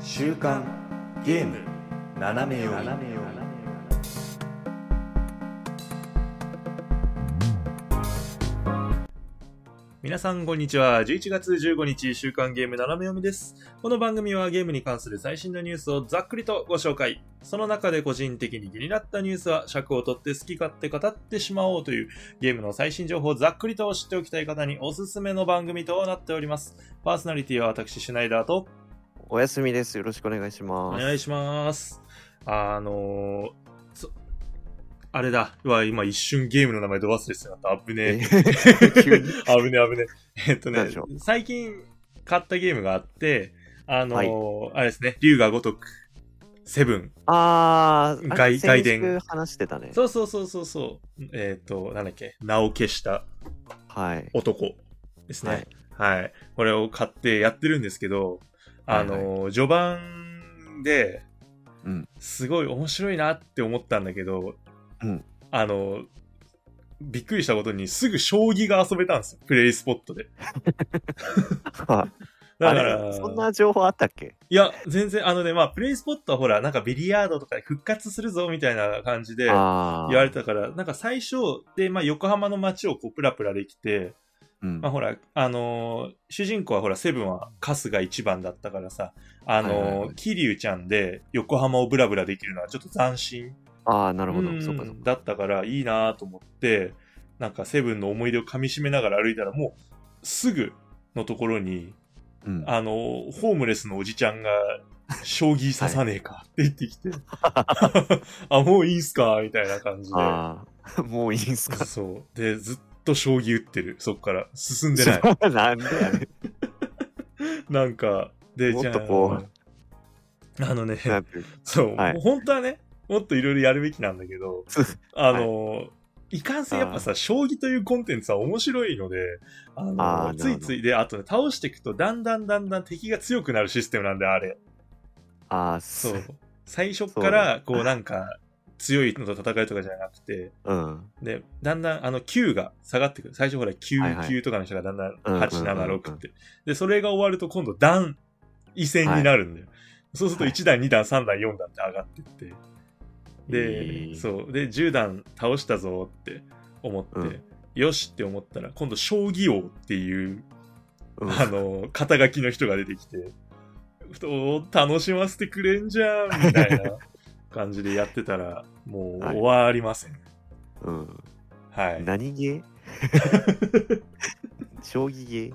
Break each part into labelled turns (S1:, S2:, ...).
S1: 週刊ゲーム斜め読み皆さんこんにちは11月15日週刊ゲーム斜め読みですこの番組はゲームに関する最新のニュースをざっくりとご紹介その中で個人的に気になったニュースは尺を取って好き勝手語ってしまおうというゲームの最新情報をざっくりと知っておきたい方におすすめの番組となっておりますパーソナリティは私シュナイダーと
S2: おやすみです。よろしくお願いし
S1: お
S2: ます。
S1: 願いします。あのー、そあれだ。うわ、今一瞬ゲームの名前ど忘れしてなかった。危ねえ。
S2: え 急に。
S1: 危ねえ、危ねえ。えっと
S2: なん
S1: ね
S2: でしょ、
S1: 最近買ったゲームがあって、あのーあれですね、竜が如く、セブン。
S2: あー、あ
S1: 外
S2: れ
S1: 外
S2: 先
S1: 伝
S2: 週話してたね。
S1: そうそうそうそうそう。えっ、と、なんだっけ、名を消した
S2: はい。
S1: 男です
S2: は
S1: ね
S2: い。。
S1: はい。これを買ってやってるんですけど、あのー序盤で、
S2: うん
S1: すごい面白いなって思ったんだけど、
S2: うん
S1: あのーびっくりしたことにすぐ将棋が遊べたんですよ。プレイスポットで。
S2: あ
S1: だか
S2: あ
S1: ら、
S2: れそんな情報あったっけ
S1: いや、全然、あのね、まあ、プレイスポットはほら、なんかビリヤードとかで復活するぞみたいな感じで言
S2: あー。
S1: われてたから、なんか最初で、まあ、横浜の街をこう、プラプラできて、
S2: うん
S1: まあほら、あのー主人公はほら、セブンは春日一番だったからさ、あ
S2: はいはい
S1: の
S2: は
S1: ー、桐生ちゃんで横浜をブラブラできるのはちょっと斬新
S2: あー、なるほ
S1: うん
S2: ど。そうかそうか。
S1: だったからいいなと思って、なんかセブンの思い出をかみしめながら歩いたらもうすぐのところに、
S2: うん
S1: あのーホームレスのおじちゃんが、将棋指さねえかって言ってきて、 あ、もういいんすかみたいな感じで。
S2: あー、もういいんすか
S1: そう。で、ずっと将棋打ってる。そっから。進んでない。
S2: なんでやね
S1: なんか、で、
S2: もっ
S1: じ
S2: と
S1: ゃ
S2: こ
S1: あ、あのね、
S2: んなんていう
S1: そう、
S2: はい
S1: 本当はね、もっといろいろやるべきなんだけど、あの、い、かんせんやっぱさ、将棋というコンテンツは面白いので、あの
S2: あー
S1: ついついで、あとね、倒していくと、だんだんだんだん敵が強くなるシステムなんで、あれ。
S2: あー、
S1: そ
S2: そうう。。
S1: 最初から、こうなんか、強いのと戦いとかじゃなくて、
S2: うん。
S1: で、だんだん、あの、9が下がってくる。最初ほら、
S2: はい
S1: 9、
S2: はい
S1: 9とかの人がだんだん、
S2: うんうんうん
S1: 8、7、6って。で、それが終わると今度、段、位戦になるんだよ。そうすると、
S2: はい
S1: 1段、2段、3段、4段って上がってって。
S2: え
S1: で、
S2: ー
S1: そう。で、10段倒したぞって思って、
S2: うん
S1: よしって思ったら、今度、将棋王っていう、
S2: うん
S1: あの、肩書きの人が出てきて、お楽しませてくれんじゃんみたいな感じでやって たら、もう終わりません。
S2: うん。
S1: はい。
S2: 何ゲー 将棋ゲー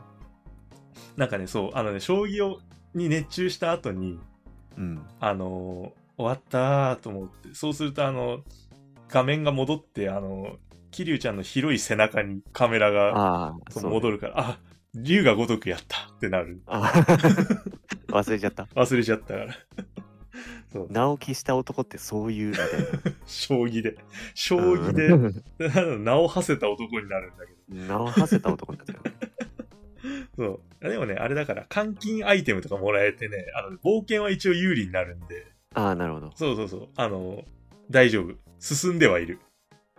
S1: なんかね、そう、あのね、将棋をに熱中した後に、
S2: うん。
S1: あのー終わったーと思って、そうすると、あの、画面が戻って、あの、桐生ちゃんの広い背中にカメラが
S2: ああ、
S1: そう
S2: そう
S1: 戻るから、あ、竜が如くやったってなる。
S2: あ ー忘れちゃった。
S1: 忘れちゃったから。 そう、
S2: 名を消した男ってそういうみたいな。
S1: 将棋で。将棋で、 名を馳せた男になるんだけど。
S2: 名を馳せた男になっちゃう。
S1: そう。あでもね、あれだから、換金アイテムとかもらえてね、あの、冒険は一応有利になるんで、
S2: ああ、なるほど。
S1: そうそうそう、あの、大丈夫。進んではいる。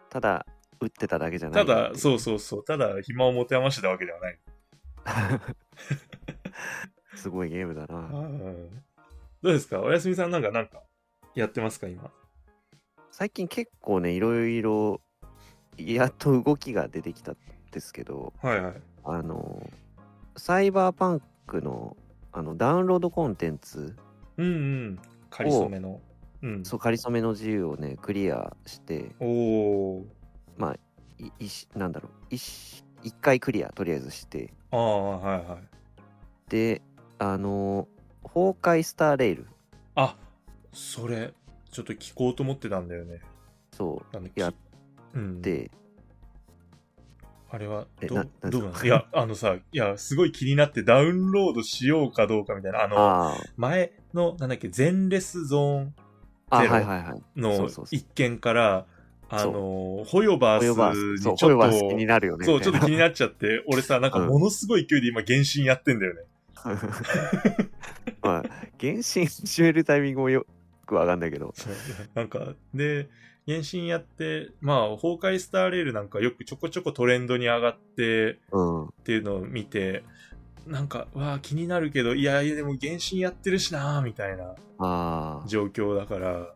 S2: ただ、打ってただけじゃな
S1: た
S2: い。
S1: だ、
S2: う。
S1: そうそうそう、ただ暇を持て余してたわけではない。
S2: すごいゲームだな。
S1: どうですかおやすみさんなんか、なんか、やってますか今。
S2: 最近結構ね、いろいろ、やっと動きが出てきたんですけど、
S1: はいはい。
S2: あの、サイバーパンクのあのダウンロードコンテンツ、
S1: うんうん。かりそめの。うん。
S2: そう、かりそめの自由をね、クリアして、
S1: おお
S2: いいしなんだろう、いし一回クリア、とりあえずして、
S1: ー。ああ、はいはい。
S2: で、あの、崩壊スターレイル、
S1: あ、それ、ちょっと聞こうと思ってたんだよね。
S2: そ
S1: なんだっ
S2: やっ
S1: うん
S2: う、。で、
S1: あれは
S2: え
S1: ど
S2: な
S1: う、
S2: なん
S1: ど
S2: ですか
S1: うなんですかいや、あのさ、いや、すごい気になってダウンロードしようかどうかみたいな、あの、
S2: あー
S1: 前の、なんだっけ、全レスゾーン
S2: あ、は
S1: ゼ
S2: い
S1: ロ
S2: はいはい。そう
S1: の
S2: そうそう
S1: 一件から、あの、ホヨバ
S2: ホヨバ
S1: ー
S2: ース、
S1: スに
S2: そう、
S1: ち
S2: ホヨ
S1: ょ
S2: バー
S1: っ
S2: ス
S1: と
S2: 気に、なるよね。
S1: そう、ちょっと気に
S2: る。
S1: なっちゃって、俺さ、なんかものすごい勢いで今、原神やってんだよね。
S2: まあ、原神締めるタイミングもよくわかんないけど、
S1: なんか、で、原神やって、まあ、崩壊スターレールなんかよくちょこちょこトレンドに上がって
S2: うん。
S1: っていうのを見て、なんか、わあ、気になるけど、いやいや、でも原神やってるしなーみたいな
S2: あー
S1: 状況だから、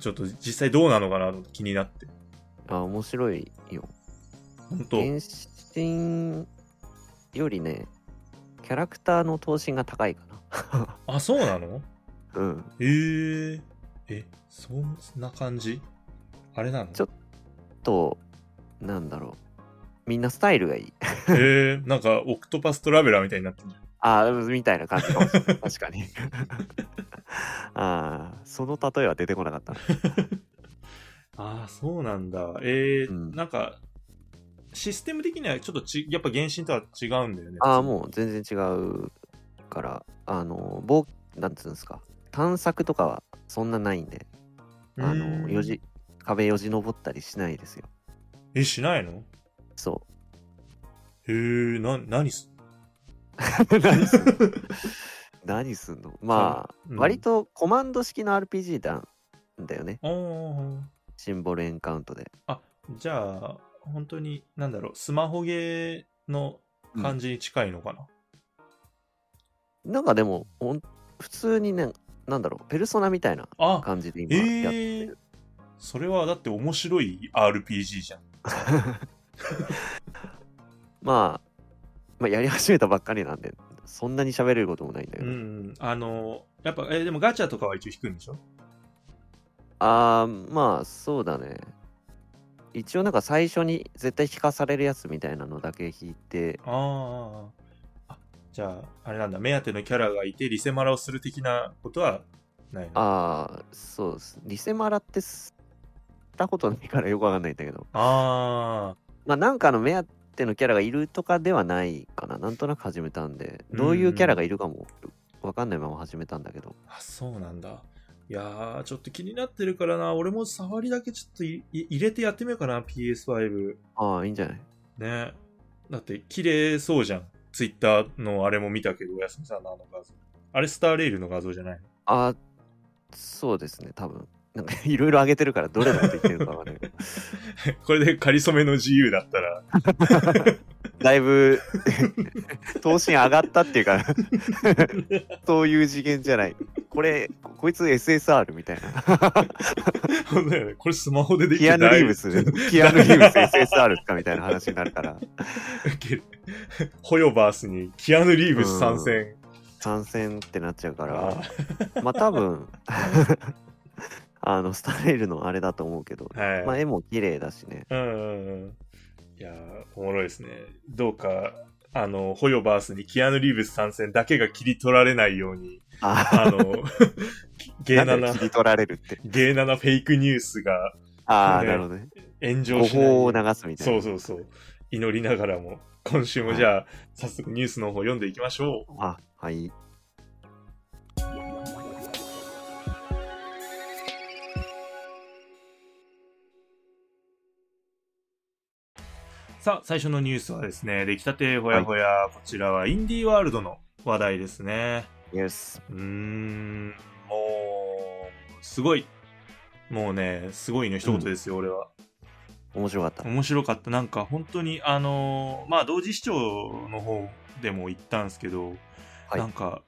S1: ちょっと実際どうなのかなと気になって。
S2: あー、面白いよ。
S1: 本当
S2: 原神よりね、キャラクターの闘身が高いか
S1: あ、そうなの
S2: な。うん。
S1: えー、え、そんな感じあれなの
S2: ちょっと、なんだろう。みんなスタイルがいい。
S1: えー、なんか、オクトパストラベラーみたいになってるじゃん。
S2: ああ、みたいな感じかもしれない。確か に。ああ、その例えは出てこなかったな。
S1: ああ、そうなんだ。えー
S2: うん
S1: なんか、システム的にはちょっとち、やっぱ原神とは違うんだよね。
S2: ああ、もう全然違うから、あの、冒、なんつうんですか、探索とかはそんなないんで、あの、よ。じ、壁よじ登ったりしないですよ。
S1: え、しないの
S2: そ
S1: へえ、な、何す、
S2: う。何すんの何すんのまあ、
S1: うん
S2: 割。とコマンド式の RPG なんだよね。
S1: あー
S2: シンボルエンカウントで。
S1: じゃあ、本当に、なんだろう、スマホゲーの感じに近いのかな。
S2: なんかでも、ほん普通にね、なんだろう、ペルソナみたいな
S1: あ、
S2: 感じで今
S1: え
S2: やって
S1: えー、それはだって面白い RPG じゃん。
S2: まあ、まあ、やり始めたばっかりなんで、そんなに喋れることもないんだけ
S1: う
S2: ど。
S1: ん、あの、やっぱ、えーでもガチャとかは一応引くんでしょ
S2: ああ、まあ、そうだね。一応なんか最初に絶対引かされるやつみたいなのだけ引いて、
S1: ああ。あじゃあ、あれなんだ、目当てのキャラがいて、リセマラをする的なことはないの。
S2: ああ、そうです。リセマラってすったことないからよくわかんないんだけど、
S1: あ
S2: まあなんかの目当てのキャラがいるとかではないかな。なんとなく始めたんで、どういうキャラがいるかもわかんないまま始めたんだけど。
S1: ーあ、そうなんだ。いやー、ちょっと気になってるからな、俺も触りだけちょっといい入れてやってみようかな、PS5。
S2: ああ、いいんじゃない
S1: ね。だって、綺麗そうじゃん。ツイッターのあれも見たけど、おやすみさんのあの画像。あれ、スターレールの画像じゃないの
S2: あそうですね、多分なんか いろいろ上げてるから、どれだと言ってるかはね、
S1: これで、かりそめの自由だったら、
S2: だいぶ、 頭身上がったっていうか、 そういう次元じゃない。これ、ここいつ SSR みたいな。
S1: ほんとだよねこれスマホででき
S2: キアヌ・
S1: だ
S2: リー
S1: いぶ
S2: ブス、キアヌ・リーブス SSR かみたいな話になるから、
S1: ウケるホヨバースにキアヌ・リーブス参戦。
S2: 参戦ってなっちゃうか
S1: あ
S2: ら、まあ多分 あの、スタイルのあれだと思うけど、
S1: ーはい。
S2: まあ絵も綺麗だしね。
S1: うんうんうん。いやー、おもろいですね。どうか、あの、ホヨバースにキアヌ・リーブス参戦だけが切り取られないように、
S2: あ
S1: あの、ゲー
S2: なん
S1: ナ
S2: か
S1: な
S2: 切、り取られるって。
S1: ゲーナなフェイクニュースが
S2: ああ、
S1: ね
S2: なるほどね。
S1: 炎上
S2: 誤
S1: しない
S2: 報を流すみたいな。
S1: そうそうそう。祈りながらも、今週もじゃあ、早速ニュースの方読んでいきましょう。
S2: あ、はい。
S1: さあ、最初のニュースはですね、出来たてほやほや、こちらはインディーワールドの話題ですね。
S2: Yes。
S1: うーん、もう、すごい。もうね、すごいの一言ですよ、俺は。
S2: 面白かった。
S1: 面白かった。なんか本当に、あのーまあ、同時視聴の方でも言ったんですけど、
S2: はい
S1: なんか、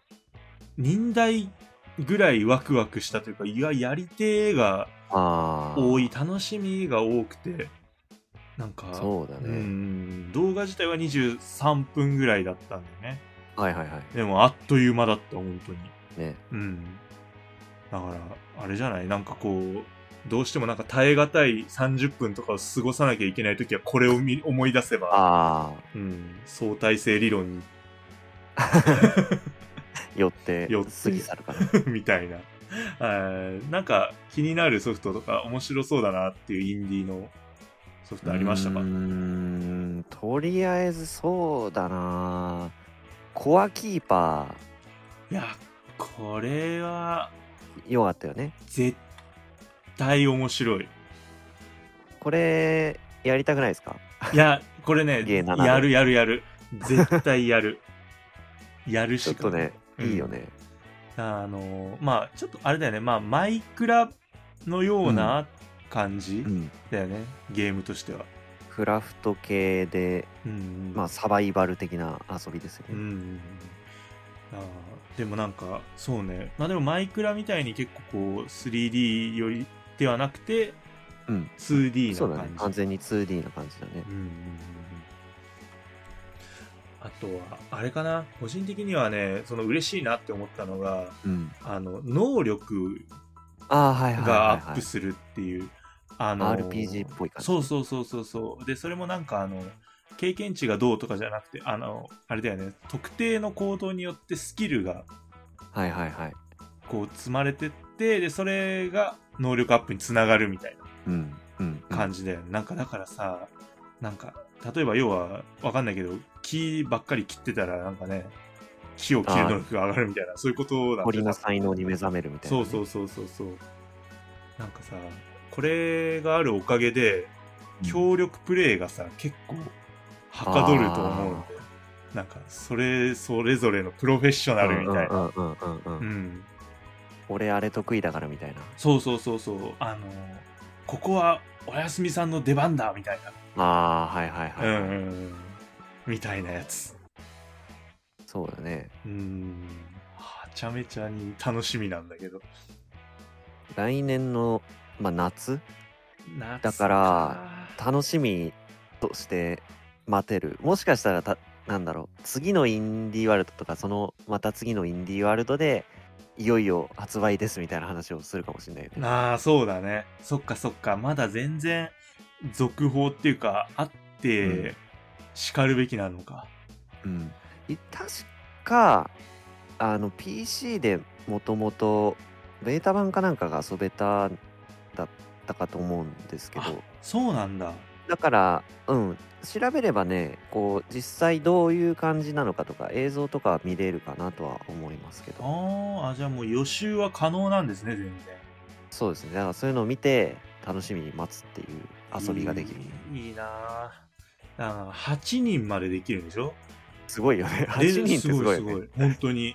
S1: 忍耐ぐらいワクワクしたというか、いや、やり手が
S2: ああ。
S1: 多い、楽しみが多くて、なんか、
S2: そうだ
S1: う
S2: ね。
S1: ん動画自体は23分ぐらいだったんでね。
S2: はいはいは
S1: でも、あっという間だった、本当に。
S2: い。ね。
S1: うん。だから、あれじゃないなんかこう、どうしてもなんか耐え難い30分とかを過ごさなきゃいけないときはこれを見思い出せば、
S2: あ
S1: うん、相対性理論に
S2: あ。よって、
S1: 寄って
S2: 過ぎ去るから。
S1: みたいな。あーなんか気になるソフトとか面白そうだなっていうインディーのソフトありましたか
S2: うーん。とりあえずそうだな。コアキーパ
S1: いや、これは
S2: ー、よかったよね。
S1: 絶対面白い。
S2: これ、やりたくないですか
S1: いや、これね、
S2: ゲーなの
S1: やるやるやる。絶対やる。 やる
S2: ちょ
S1: し
S2: っ
S1: か
S2: と
S1: ない
S2: ね、いいよね。
S1: あのまあちょっとあれだよねまあマイクラのような感じ
S2: うん。
S1: だよね、ゲームとしては
S2: クラフト系で、
S1: うん
S2: まあ、サバイバル的な遊びですよ
S1: う
S2: ね。
S1: んあーでもなんかそうねまあでもマイクラみたいに結構こう 3D よりではなくて
S2: うん。
S1: 2D
S2: そう
S1: な
S2: だ
S1: 感
S2: ね
S1: じ。
S2: 完全に 2D な感じだね
S1: う。んうんうんうんあとはあれかな個人的にはねその嬉しいなって思ったのが
S2: うん。
S1: あの能力
S2: ああ、はいはい
S1: がア
S2: は
S1: ッ
S2: い、
S1: プするっていう、あの
S2: はい。
S1: ー
S2: RPG っぽい感じ。
S1: そうそうそうそうそうでそれもなんかあの経験値がどうとかじゃなくてあのあれだよね特定の行動によってスキルが
S2: はいはいはい。
S1: こう積まれてってでそれが能力アップにつながるみたい
S2: うん。うん。
S1: な感じで、なんかだからさなんか例えば要はわかんないけど木ばっかり切ってたらなんかね木を切る能力が上がるみたいなそういうことなん
S2: 堀
S1: だ
S2: の
S1: よ
S2: 才能に目覚めるみたいな
S1: そ
S2: ね、
S1: うそうそうそうそうなんかさこれがあるおかげで
S2: うん
S1: 協力プレイがさ結構はかどると思うんでなんかそれそれぞれのプロフェッショナルみたいな
S2: うんうんうんうんうん
S1: う
S2: うん
S1: ん
S2: 俺あれ得意だからみたいな。
S1: そうそうそうそうあのここはおやすみさんの出番だみたい
S2: ああ、はいはいは
S1: なう
S2: い、
S1: んうんうんみたいなやつ
S2: そうだね。
S1: うんはちゃめちゃに楽しみなんだけど
S2: 来年の、まあ、夏
S1: 夏
S2: だから楽しみとして待てる。もしかしたらた、なんだろう、次のインディーワールドとか、そのまた次のインディーワールドで、いよいよ発売ですみたいな話をするかもしれないよね。
S1: ああそうだねそっかそっかまだ全然続報っていうかあっ
S2: う
S1: て
S2: ん
S1: しかるべきなのか、
S2: うん、い確かあの PC でもともとベータ版かなんかが遊べたんだったかと思うんですけ
S1: あ
S2: ど
S1: そうなんだ
S2: だからうん調べればねこう実際どういう感じなのかとか映像とかは見れるかなとは思いますけ
S1: あ
S2: ど
S1: ーあじゃあもう予習は可能なんですね全然
S2: そうですねだからそういうのを見て楽しみに待つっていう遊びができる
S1: いいいいなああー8人までできるんでしょ
S2: すごいよ ね8人ってすごいよ
S1: すご
S2: ね
S1: い本当に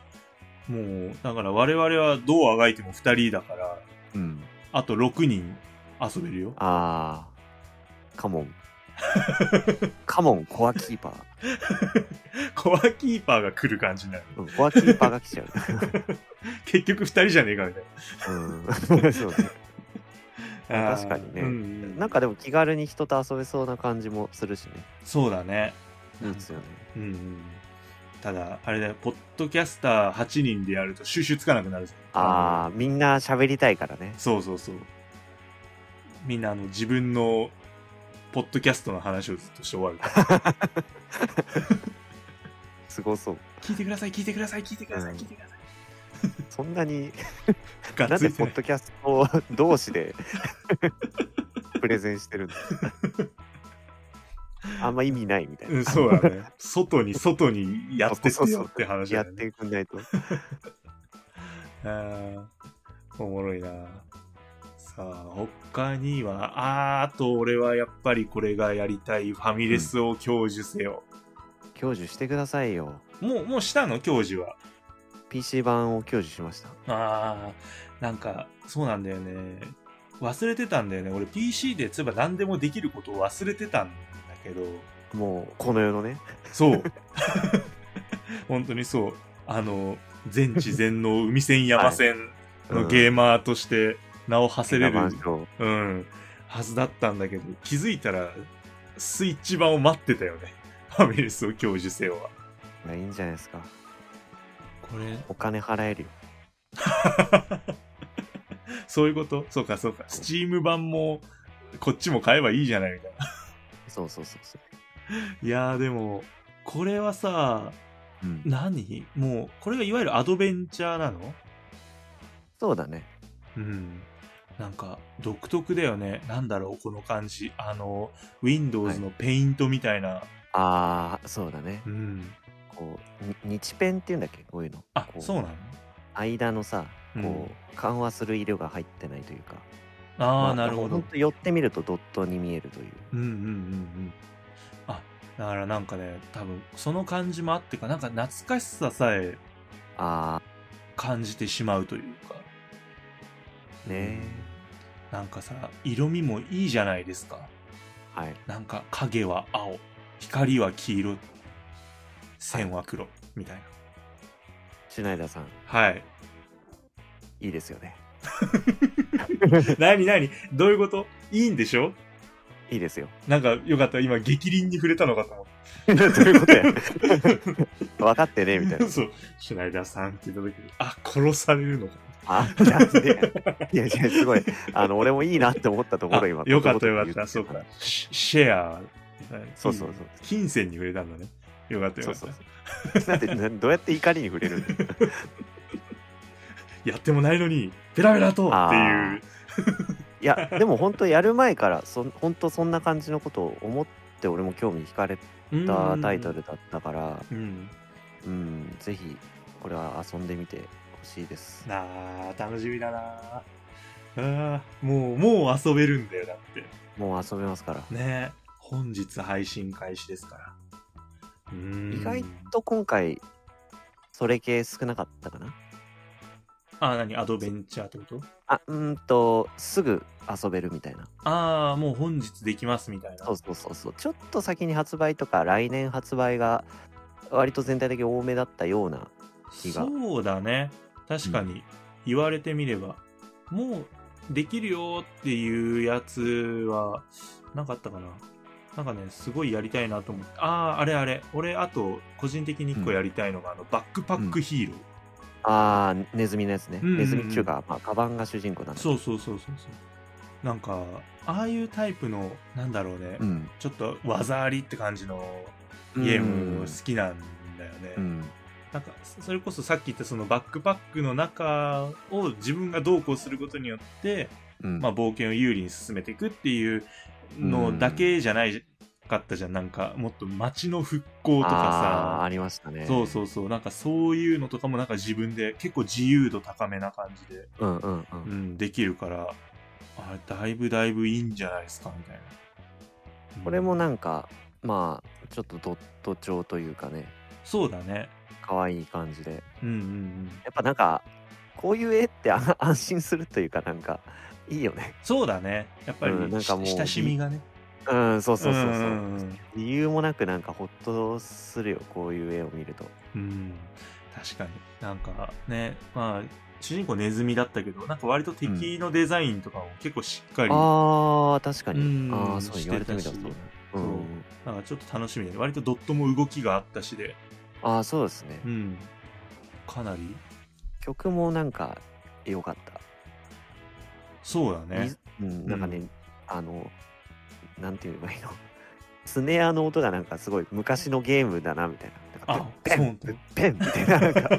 S1: もうだから我々はどうあがいても2人だから
S2: うん
S1: あと6人遊べるよ
S2: あーカ モンカモンコアキーパー
S1: コアキーパーが来る感じになる
S2: うんコアキーパーが来ちゃう。
S1: 結局2人じゃねえかみたい
S2: うん、そうね
S1: なあー
S2: 確かにね
S1: うんう ん
S2: なんかでも気軽に人と遊べそうな感じもするしね。
S1: そうだね。
S2: いいですよね。
S1: うんうん。ただ、あれだよ、ポッドキャスター8人でやると収集つかなくなるぞ
S2: ああ、みんな喋りたいからね。
S1: そうそうそう。みんなあの自分のポッドキャストの話をずっとして終わるから。
S2: すごそう。
S1: 聞いてください、聞いてください、聞いてください、
S2: うん
S1: 聞いてください。
S2: そんなに、
S1: ガ
S2: なん
S1: ッツ
S2: で
S1: リ
S2: ポッドキャスト同士で プレゼンしてる のあんま意味ないみたいな。
S1: うん、そうだ ね。外に外にやってってよって話だ
S2: や
S1: よ
S2: っ
S1: ね。
S2: てくんないと。
S1: あーおもろいなさあ他にはあーあと俺はやっぱりこれがやりたいファミレスを享受せよ、
S2: 享受してくださいよ。
S1: もうもうしたの享受は
S2: PC 版を享受しました。
S1: あーなんかそうなんだよね忘れてたんだよね俺 PC でつえば何でもできることを忘れてたんだけど
S2: もう、この世のね。
S1: そう 本当にそうあの全知全能海戦山戦のゲーマーとして名を馳せれる、
S2: 映画版を
S1: うん、はずだったんだけど、気づいたら、スイッチ版を待ってたよね。 ファミレスを享受せよは。
S2: いやいいんじゃないですか。
S1: これ、
S2: お金払えるよ。
S1: そういうことそうか、そうか。スチーム版も、こっちも買えばいいじゃないみたいな。
S2: そうそうそうそう。
S1: いやー、でも、これはさ、
S2: うん
S1: 何もう、これがいわゆるアドベンチャーなの
S2: そうだね。
S1: うん。なんか、独特だよね。なんだろう、この感じ。あの、Windows のペイントみたいな。
S2: ああ、そうだね
S1: う。ん。
S2: こう、に日ペンっていうんだっけこういうの。
S1: あ
S2: こ、う
S1: そうなの
S2: 間のさ、
S1: うん
S2: こう、緩和する色が入ってないというか。
S1: あ
S2: ま
S1: あ、なるほど
S2: ん。と寄ってみるとドットに見えるという。
S1: うんうんうんうんあだからなんかね多分その感じもあってかなんか懐かしささえ
S2: あ
S1: 感じてしまうというか
S2: あ、ね
S1: なんかさ色味もいいじゃないですか
S2: はい。
S1: なんか影は青光は黄色線は黒みたいな
S2: シュナイダーさん、
S1: はい
S2: いいですよね。
S1: 何何どういうこといいんでしょ
S2: いいです よ。
S1: なんかよかった今逆鱗に触れたのかと思っ
S2: どういうことや。分かってね、みたい
S1: た。
S2: な
S1: そうシュナイダーさんって言った時にあ殺されるのか
S2: あ、いや、いや、いやすごい。あの、俺もいいなって思ったところ、今。
S1: あよかったよかっ
S2: 言
S1: たそうか。シシェアはい
S2: そうそうそう。
S1: 金銭に触れたんだねよかったよ
S2: そ
S1: か
S2: う
S1: った
S2: そうそう。だって、などうやって怒りに触れるんだよ
S1: やってもないのにペラペラとってい
S2: あ
S1: う
S2: いや、でも本当やる前から、そん本当そんな感じのことを思って、俺も興味惹かれ
S1: うん
S2: たタイトルだったから、
S1: うん
S2: うん、ぜひ、これは遊んでみてほしいです。
S1: なあ楽しみだなああーもうもう遊べるんだよだって
S2: もう遊べますから。
S1: ね本日配信開始ですからうーん
S2: 意外と今回、それ系少なかったかな。
S1: あ何アドベンチャーってこと
S2: あ、うーんと、すぐ遊べるみたいな。
S1: ああもう本日できますみたいな
S2: そうそうそうそう。ちょっと先に発売とか、来年発売が、割と全体的に多めだったような。気が
S1: そうだね確かに言われてみれば、もうできるよっていうやつはなかったかななんかねすごいやりたいなと思ってあああれあれ俺あと個人的に1個やりたいのが、あのバックパックヒーロー、
S2: あー、ネズミのやつね。
S1: うんうんうん
S2: ネズミっていうか、まあ、カバンが主人公なんで。
S1: そうそうそうそうそうなんかああいうタイプのなんだろうね、
S2: うん。
S1: ちょっと技ありって感じのゲーム好きなんだよね、
S2: うん。
S1: なんかそれこそさっき言ったそのバックパックの中を自分がどうこうすることによって、
S2: うん。
S1: まあ、冒険を有利に進めていくっていうのだけじゃないかったじゃんなんかもっと街の復興と
S2: あーあ
S1: か
S2: りましたね。
S1: さそうそうそうなんかそういうのとかもなんか自分で結構自由度高めな感じで、
S2: うんうんうん。
S1: うん、できるからあれだいぶだいぶいいんじゃないですかみたいな。うん
S2: これもなんか、まあ、ちょっとドット調というかね、
S1: そうだね。
S2: 可愛い感じで。
S1: うんうんうん。
S2: やっぱなんか、こういう絵ってあ 安心するというか、なんか、いいよね。
S1: そうだね。やっぱり、
S2: うんなんかもう
S1: し親しみがね。
S2: うん、そうそうそうそう。
S1: んんん
S2: 理由もなくなんかほっとするよ、こういう絵を見ると。
S1: うん、確かになんかねまあ主人公ネズミだったけどなんか割と敵のデザインとかも結構しっかり、
S2: ああ、確かに。
S1: うん
S2: ああ、そう
S1: して
S2: 言われてみた
S1: し
S2: らそう。、
S1: そううんなんかちょっと楽しみで割とドットも動きがあったしで、
S2: ああ、そうですね。
S1: うん、かなり
S2: 曲もなんか良かった。
S1: そうだね
S2: リズうん、なんかね、
S1: う
S2: あの、なんて言えばいいの。 スネアの音がなんかすごい昔のゲームだなみたいな。なん
S1: あ
S2: かペ
S1: そ
S2: ン
S1: う本当
S2: ペンペンみたい な、なんか、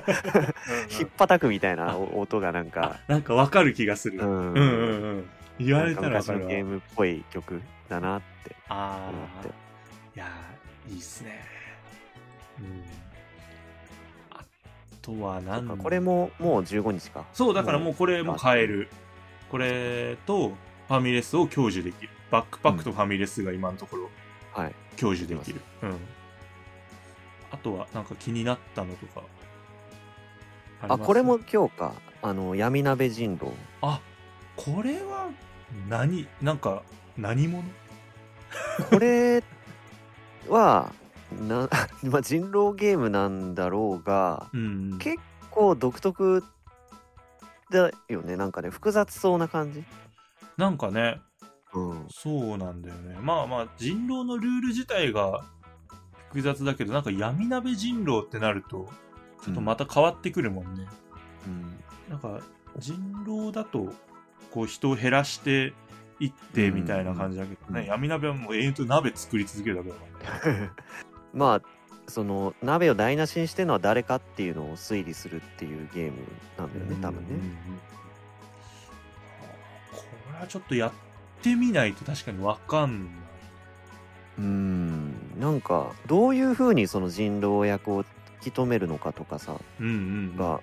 S2: ひっぱたくみたい
S1: あ
S2: なお音がなん
S1: あ
S2: か、
S1: なんかわかる気がする、
S2: う
S1: う
S2: ん、
S1: んうんうん言われた
S2: な
S1: ら
S2: んか
S1: そ
S2: 昔のゲー
S1: れは
S2: ムっぽい曲だなって
S1: あ
S2: 思っ
S1: あ
S2: て。
S1: いやーいいっすねうんあとは
S2: そ
S1: 何
S2: っ
S1: だ
S2: かこれももう15日か。
S1: そう、だからもうこれも買える。これとファミレスを享受できる。バックパックとファミレスが今のところ
S2: はい。
S1: 享受できる。うん。あとはなんか気になったのとか。りま
S2: あ、
S1: す
S2: これも。今日か。あの、闇鍋人狼。
S1: あ、これは何、なんか何者
S2: これは、な まあ、人狼ゲームなんだろうが、
S1: うん。
S2: 結構独特だよね。なんかね、複雑そうな感じ。
S1: なんかね、
S2: うん。
S1: そうなんだよね。まあまあ、人狼のルール自体が複雑だけど、なんか闇鍋人狼ってなると、ちょっとまた変わってくるもんね。
S2: うん
S1: なんか人狼だとこう人を減らしていってみたいな感じだけどね、
S2: うんうん
S1: 闇鍋はもう永遠と鍋作り続けるだけだからね
S2: まあ、その、鍋を台無しにしてるのは誰かっていうのを推理するっていうゲームなんだよね、多分
S1: うんうんう
S2: ね。
S1: んこれはちょっとやってみないと確かにわかんない
S2: うん。なんか、どういうふうにその人狼役を引き止めるのかとかさ、
S1: うんうんうん
S2: が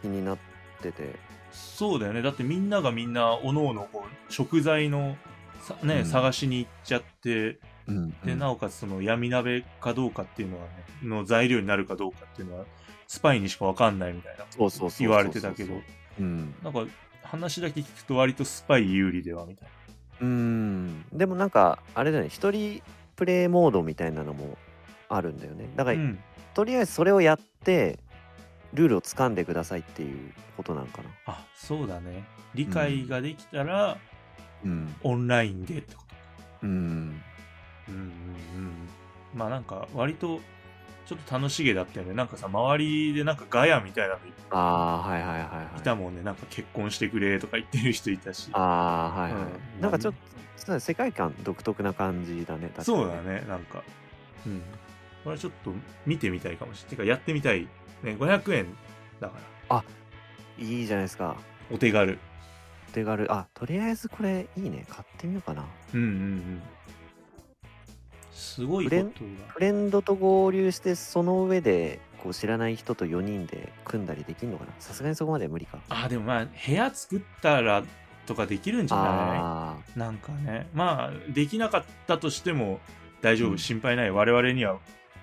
S2: 気になってて。
S1: そうだよねだってみんながみんなおのおのこう食材のさ、ね
S2: うん
S1: 探しに行っちゃって
S2: うん
S1: でなおかつその闇鍋かどうかっていうのはねの材料になるかどうかっていうのはスパイにしかわかんないみたいな
S2: そうそうそうそう
S1: 言われてたけど
S2: うん、
S1: なんか話だけ聞くと割とスパイ有利ではみたい
S2: うーんでもなんかあれだよね一人プレイモードみたいなのもあるんだよねだから、
S1: うん
S2: とりあえずそれをやってルールを掴んでくださいっていうことなんかな
S1: あそうだね理解ができたら、
S2: うん
S1: オンラインでってこと
S2: うん
S1: うんうんうんまあなんか割とちょっと楽しげだったよねなんかさ周りでなんかガヤみたいなのい
S2: ああはいはいはいはい
S1: たもんねなんか結婚してくれとか言ってる人いたし
S2: ああはいはい、
S1: うん
S2: なんかちょっとそうだね世界観独特な感じだね確かに
S1: そうだねなんかうんこれはちょっと見てみたいかもしれないてかやってみたいね500円だから
S2: いいじゃないですか
S1: お手軽
S2: お手軽あとりあえずこれいいね買ってみようかな
S1: うんうんうんすごいことだ
S2: フレンドと合流してその上でこう知らない人と4人で組んだりできるのかなさすがにそこまでは無理か
S1: あでもまあ部屋作ったらとかできるんじゃない
S2: ああ
S1: なんかね、まあ、できなかったとしても大丈夫、
S2: うん
S1: 心配ない。我々には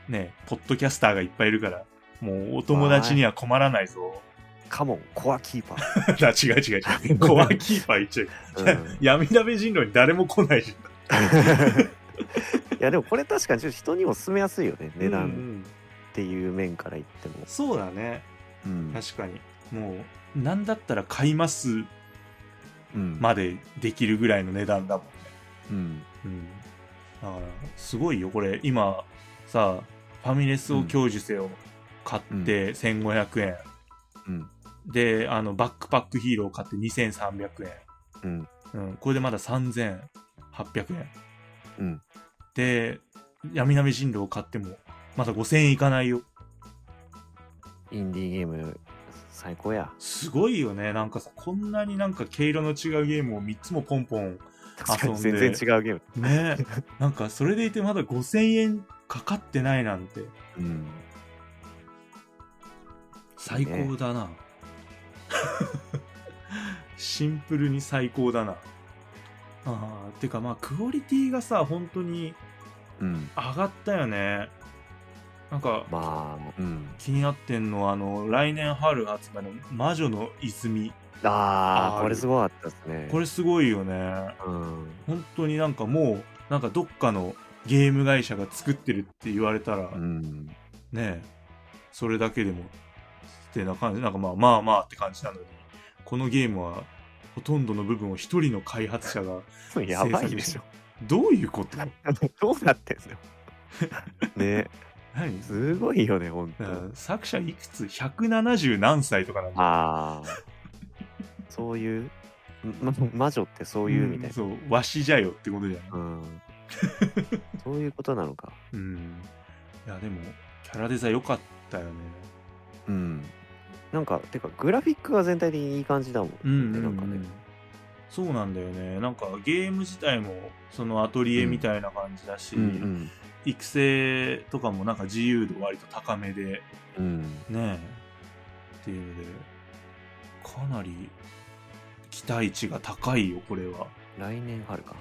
S1: ね、ポッドキャスターがいっぱいいるから、もうお友達には困らないぞ。
S2: カモンコアキーパ
S1: あ違う違う違う。コアキーパー言っちゃう。
S2: ー、うん、
S1: 闇鍋人狼に誰も来ないし。
S2: いやでもこれ確かにちょっと人にも勧めやすいよね値
S1: うんう
S2: 段
S1: ん
S2: っていう面から言っても、
S1: そうだね。
S2: うん
S1: 確かに。もう、なんだったら買います
S2: うん
S1: までできるぐらいの値段だもんね。
S2: うん
S1: うん。だから、すごいよ、これ。今、さ、ファミレスを享受せよ。買って1500円。
S2: うん
S1: で、あの、バックパックヒーロー買って2300円。
S2: うん
S1: うん、これでまだ3800円。
S2: うん
S1: で、闇鍋人狼買っても、まだ5000円いかないよ。
S2: インディーゲーム最高や
S1: すごいよね。なんかさ、こんなになんか毛色の違うゲームを3つもポンポン。
S2: 確かに
S1: 遊ん
S2: 全
S1: で
S2: 然違うゲーム、
S1: ねなんか、それでいてまだ5000円かかってないなんて、
S2: うん、
S1: 最高だな。 シンプルに最高だな。ああ、てかまあ、クオリティがさ、本当に、
S2: うん、
S1: 上がったよねなんか
S2: まあ、うん、
S1: 気になってんのはあの来年春発売の「魔女の泉
S2: あ
S1: あ
S2: あ
S1: ー
S2: これすごかったですね」
S1: これすごいよね
S2: うん
S1: 本当になんかもうなんかどっかのゲーム会社が作ってるって言われたら、
S2: うん
S1: ねそれだけでもってな感じなんかまあまあまあって感じなのにこのゲームはほとんどの部分を一人の開発者が
S2: やばいでしょ
S1: どういうこと
S2: どうなってんすよね
S1: 何
S2: すごいよねほんと
S1: うん作者いくつ170何歳とかなんだ
S2: ああそういう、ま、魔女ってそういうみたい
S1: ん
S2: な、
S1: そうわしじゃよってことじゃない
S2: うん、そういうことなのか
S1: うんいやでもキャラデザ良かったよね
S2: うんなんかてかグラフィックが全体的にいい感じだもん、でなんかね
S1: そうなんだよねなんかゲーム自体もそのアトリエみたいな感じだし、
S2: うん
S1: 育成とかもなんか自由度割と高めで
S2: うんうん
S1: ねえっていうのでかなり期待値が高いよこれは
S2: 来年春か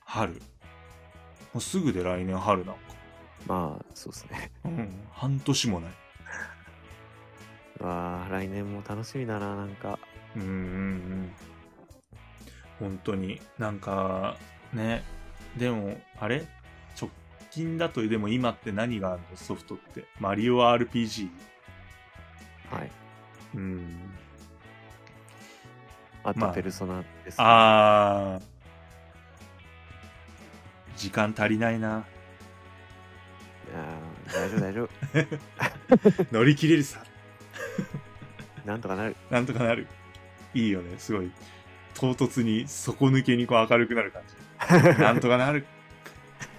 S1: 春もうすぐで来年春なんか、
S2: まあそうですね
S1: うん、半年もないう
S2: わあ来年も楽しみだななんか
S1: うんうんうん本当になんかねでもあれ直近だとでも今って何があるのソフトってマリオ RPG
S2: はい
S1: うん
S2: あ
S1: まあ
S2: とペルソナです、
S1: あー時間足りないな
S2: あー大丈夫 大丈夫
S1: 乗り切れるさ
S2: なんとかなる
S1: なんとかなるいいよねすごい唐突に底抜けにこう明るくなる感 じなんとかなる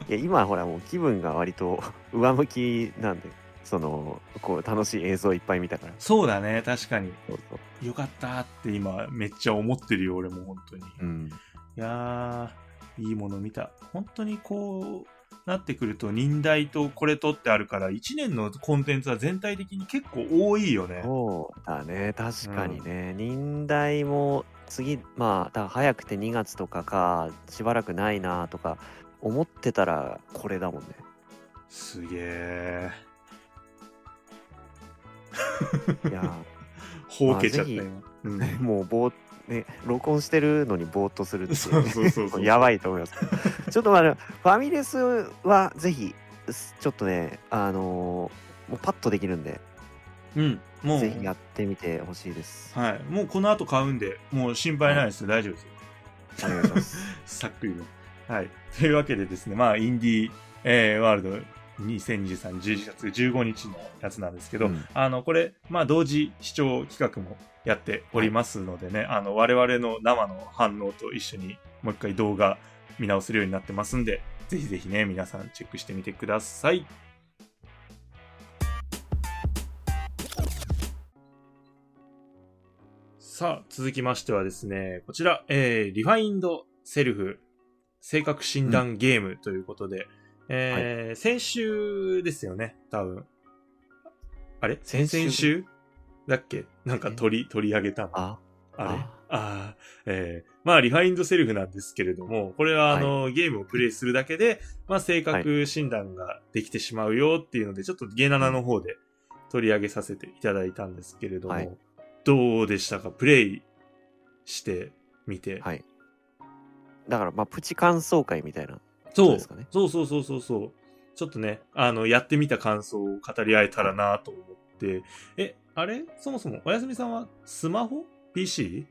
S2: いや今ほらもう気分が割と 上向きなんでそのこう楽しい映像いっぱい見たから
S1: そうだね確かに
S2: そうそう
S1: よかったって今めっちゃ思ってるよ俺も本当に、
S2: うん
S1: いやーいいもの見た本当にこうなってくると忍耐とこれとってあるから1年のコンテンツは全体的に結構多いよね
S2: そうだね確かにね、忍耐も次まあ多分早くて2月とかかしばらくないなとか思ってたらこれだ もんね
S1: すげえ
S2: いや
S1: ほうけちゃったよ
S2: ま
S1: うん
S2: もうぼーね、録音してるのにぼーっとするってい
S1: そうそうそう そう
S2: やばいと思います。ちょっとまああの、ファミレスはぜひ、すちょっとね、あのーもうパッとできるんで、
S1: うん、もう
S2: ぜひやってみてほしいです。
S1: はい、もうこの後買うんで、もう心配ないです、大丈夫です
S2: お
S1: よ。
S2: 願いします。
S1: さっくりね。はい。というわけでですね、まあ、インディー、えーワールド2023、11月15日のやつなんです け
S2: う
S1: ど、
S2: ん
S1: あの、これ、まあ、同時視聴企画もやっておりますのでね、あの、我々の生の反応と一緒にもう一回動画見直せるようになってますんで、ぜひぜひね、皆さんチェックしてみてください。さあ、続きましてはですね、こちら、えー、リファインドセルフ性格診断ゲームということで、えー先週ですよね、多分。あれ先々週だっけなんか取り、取り上げたの
S2: あ、
S1: あれ
S2: あ
S1: ああ、ええまあ、リファインドセルフなんですけれども、これは、あの、ゲームをプレイするだけで、まあ、性格診断ができてしまうよっていうので、ちょっとゲナナの方で取り上げさせていただいたんですけれども、
S2: はい
S1: どうでしたかプレイしてみて。
S2: はい。だから、まあ、プチ感想会みたいな。
S1: そ
S2: そう
S1: う
S2: ですかね
S1: そうそうそうそうそう。ちょっとね、あの、やってみた感想を語り合えたらなと思って、え、あれそもそも、おやすみさんはスマホ ?PC?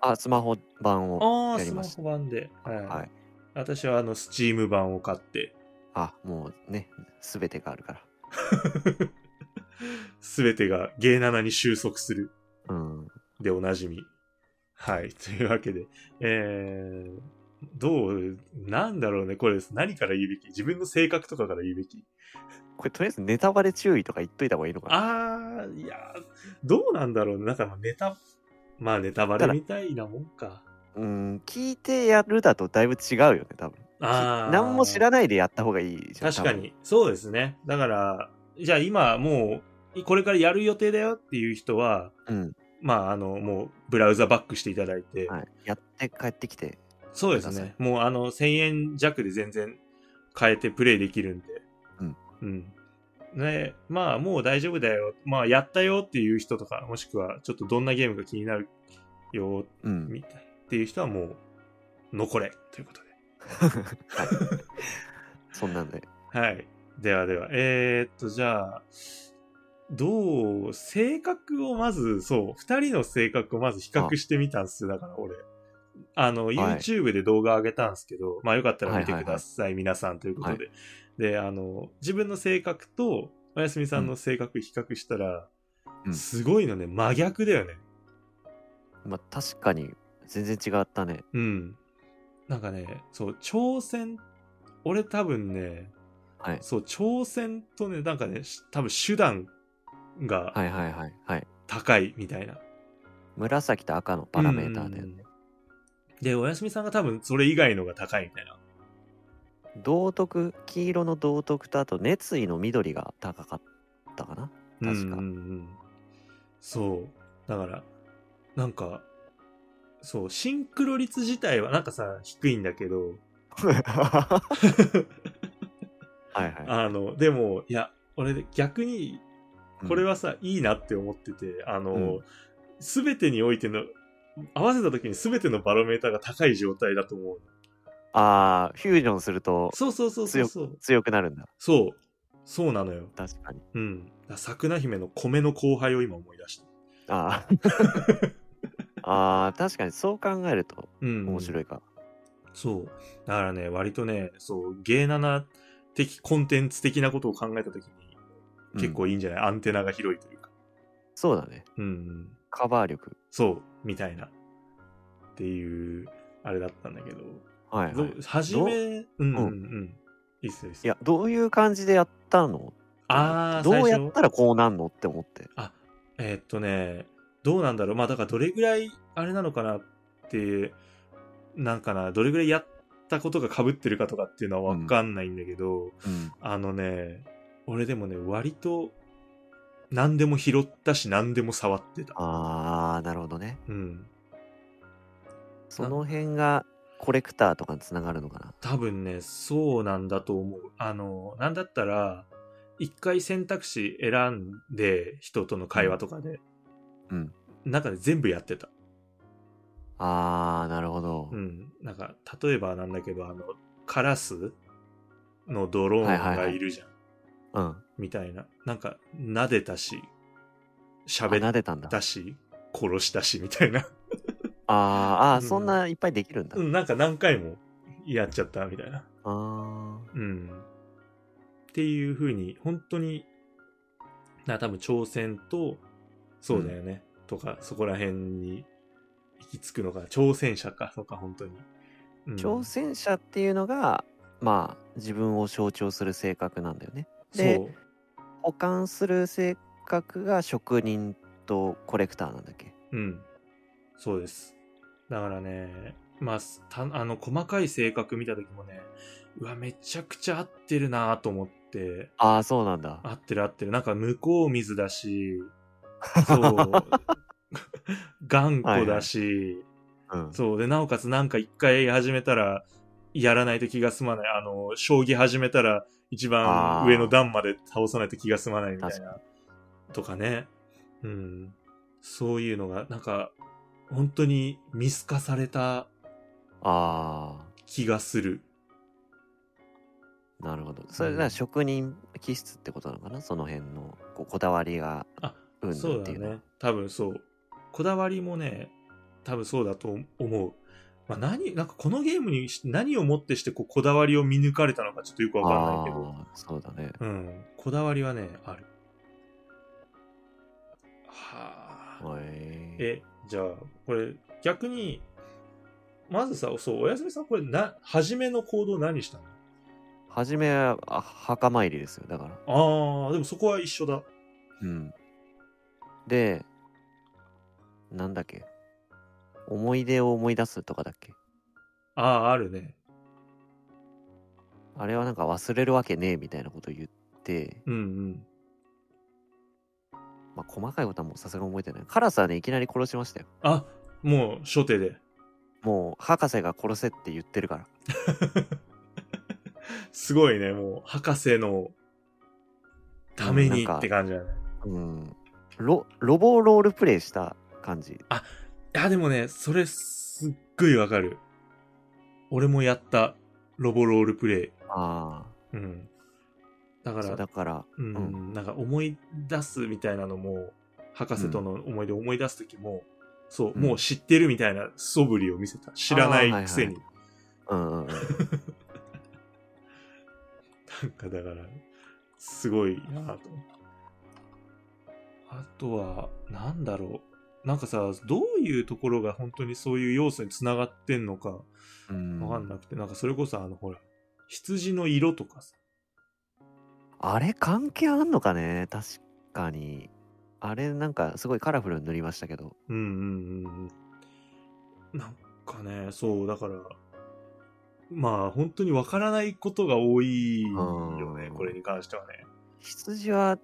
S2: あ、スマホ版を。
S1: ああ、
S2: や
S1: ス
S2: り
S1: マ
S2: ました
S1: ホ版で。はい。
S2: はい。
S1: 私はあの、スチーム版を買って、
S2: あ、もうね、すべてがあるから。
S1: すべてがゲイナナに収束する
S2: うん。
S1: でおなじみ。はい。というわけで、えー、どう、なんだろうね、これ、何から言うべき自分の性格とかから言うべき
S2: これ、とりあえずネタバレ注意とか言っといた方がいいのかな。
S1: あー、いやー、どうなんだろうね。なんかまあネタ、まあネタバレみたいなもんか。
S2: うん、聞いてやるだとだいぶ違うよね、多分。
S1: あー。
S2: 何も知らないでやった方がいいじゃん。
S1: 確かに。そうですね。だから、じゃあ今もう、これからやる予定だよっていう人は、
S2: 多分。
S1: まあ、あの、もう、ブラウザバックしていただいて、
S2: うん。はい。やって帰ってきて。
S1: そうです
S2: くだ
S1: ね。もう、あの、1000円弱で全然変えてプレイできるんで。
S2: うん。
S1: うん。ね、まあ、もう大丈夫だよ。まあ、やったよっていう人とか、もしくは、ちょっとどんなゲームが気になるよ、
S2: うん。
S1: みたいなっていう人はもう、残れということ
S2: そんなんで。
S1: で。はい。ではでは、えー、っと、じゃあ、どう、性格をまず、そう、二人の性格をまず比較してみたんですよ。だから俺、あの、YouTube で動画上げたんですけど、まあよかったら見てください、皆さんということで、で、あの、自分の性格と、おやすみさんの性格比較したら、
S2: うん
S1: すごいのね、真逆だよね。
S2: まあ、確かに、全然違ったね。
S1: うん。なんかね、そう、挑戦、俺多分ね、
S2: はい。
S1: そう、挑戦とね、なんかね、し多分手段が
S2: はいはいはい。はい。
S1: 高いみたいな。
S2: 紫と赤のパラメーターで。
S1: うんで、おやすみさんが多分それ以外のが高いみたいな。
S2: 道徳、黄色の道徳とあと熱意の緑が高かったか な。 確か
S1: うんうんうんそう。だから、なんか、そう、シンクロ率自体はなんかさ、低いんだけど、
S2: はいはい。
S1: あの、でも、いや、俺逆にこれはさ、いいなって思ってて、あ
S2: う
S1: の、す、べ、てにおいての、合わせた時にすべてのバロメーターが高い状態だと思う。
S2: ああ、フュージョンすると
S1: そうそうそうそうそう。
S2: 強くなるんだ。
S1: そう。そうなのよ。
S2: 確かに。
S1: うん。だから桜姫の米の後輩を今思い出した。
S2: あ あ。ああ、確かにそう考えると
S1: うん。
S2: 面白
S1: い。
S2: いか。
S1: そう。だからね、割とね、そう、芸7的コンテンツ的なことを考えた時
S2: うん
S1: に、結構いいんじゃない、アンテナが広いというか。
S2: そうだね。
S1: うんうん。
S2: カバー力。
S1: そう、みたいな。っていう、あれだったんだけど。
S2: はい、はい。
S1: はじめ、うんうんう
S2: うん
S1: ん。いいっすよ、いいっす
S2: い
S1: よ。
S2: や、どういう感じでやったの
S1: あー
S2: どう
S1: 最
S2: や
S1: 初
S2: ったらこうなんのって思って。
S1: あ、えーっとね、どうなんだろう。まあ、だからどれぐらい、あれなのかなって、なんかな、どれぐらいやったことが被ってるかとかっていうのはわかんないんだけど、
S2: うん。
S1: あのね、俺でもね、割と、何でも拾ったし、何でも触ってた。
S2: ああ、なるほどね。
S1: うん。
S2: その辺がコレクターとかにつながるのかな。
S1: 多分ね、そうなんだと思う。あの、なんだったら、一回選択肢選んで、人との会話とかで、
S2: うん。
S1: 中で全部やってた。
S2: あー、なるほど。
S1: うん、なんか例えばなんだけどあのカラスのドローンがいるじゃん、
S2: うん。
S1: みたいななんか撫でたし
S2: あ
S1: 喋
S2: 撫
S1: っ
S2: でたんだ。あ
S1: たし殺したしみたいな、
S2: あ、あー
S1: うん
S2: そんないっぱいできるんだ。
S1: うん、なんか何回もやっちゃったみたいな、
S2: あ
S1: うん、っていう風に本当にな多分挑戦とそうだよね、とかそこら辺に行き着くのが挑戦者かとか本当に、うん
S2: ー挑戦者っていうのが、まあ、自分を象徴する性格なんだよね。で
S1: そう
S2: 保管する性格が職人とコレクターなんだっけ
S1: うん。そうです。だからね、まあ、すたあの、細かい性格見た時もね、うわ、めちゃくちゃ合ってるなと思って、
S2: ああ、そうなんだ。
S1: 合ってる合ってる。なんか、向こう水だし、そう。頑固だし、
S2: うん。
S1: そう。で、なおかつなんか一回始めたら、やらないと気が済まない。あの、将棋始めたら、一番
S2: あー
S1: 上の段まで倒さないと気が済まないみたい
S2: 確
S1: な。とかね。うん。そういうのが、なんか、本当に見透かされた
S2: あ
S1: 気がする。
S2: あ、なるほど。それが職人気質ってことなのかなその辺のこうこだわりが。
S1: あ、
S2: うん
S1: そう
S2: って
S1: だ
S2: いうの
S1: ね。多分そう。こだわりもね、多分そうだと思う。まあ、何、なんかこのゲームにし何をもってしてこうこだわりを見抜かれたのかちょっとよくわかんないけど。
S2: ああ、そうだね。
S1: うん、こだわりはね、ある。はあ。
S2: はい。え
S1: え、じゃあ、これ、逆に、まずさ、そう、おやすみさん、これ、な、初めの行動何したの
S2: 初めはあ墓参りですよ。だから。
S1: ああ、でもそこは一緒だ。
S2: うん。で、なんだっけ思い出を思い出すとかだっけ
S1: ああ、あるね。
S2: あれはなんか忘れるわけねえみたいなこと言って、
S1: うんうん。
S2: まあ細かいことはもうさすがに覚えてない。カラスはね、いきなり殺しましたよ。
S1: あ、もう、初手で。
S2: もう、博士が殺せって言ってるから。
S1: すごいね、もう、博士の、ために
S2: うんなんか
S1: って感じだね。
S2: うん。ロ、ロボロールプレイした感じ。
S1: いや、でもね、それ、すっごいわかる。俺もやった、ロボロールプレイ。
S2: あ
S1: うん。だ
S2: あ。
S1: か
S2: そう
S1: ら
S2: だ、から、
S1: うん、なんか思い出すみたいなのも、博士との思い出を思い出すときも、そう、
S2: うん
S1: もう知ってるみたいな素振りを見せた。知らな
S2: あーはいい
S1: くせに。
S2: うんうんうん。
S1: なんかだから、すごいなぁと。あとは、なんだろう。なんかさ、どういうところが本当にそういう要素につながってんのか
S2: うん
S1: わかんなくて、なんかそれこそあの、ほら、羊の色とかさ、
S2: あれ関係あんのかね確かに。あれなんかすごいカラフルに塗りましたけど。
S1: うんうんうんうん。なんかね、そう、だから、まあ、本当にわからないことが多いよね
S2: う、ん
S1: これに関してはね。
S2: 羊は、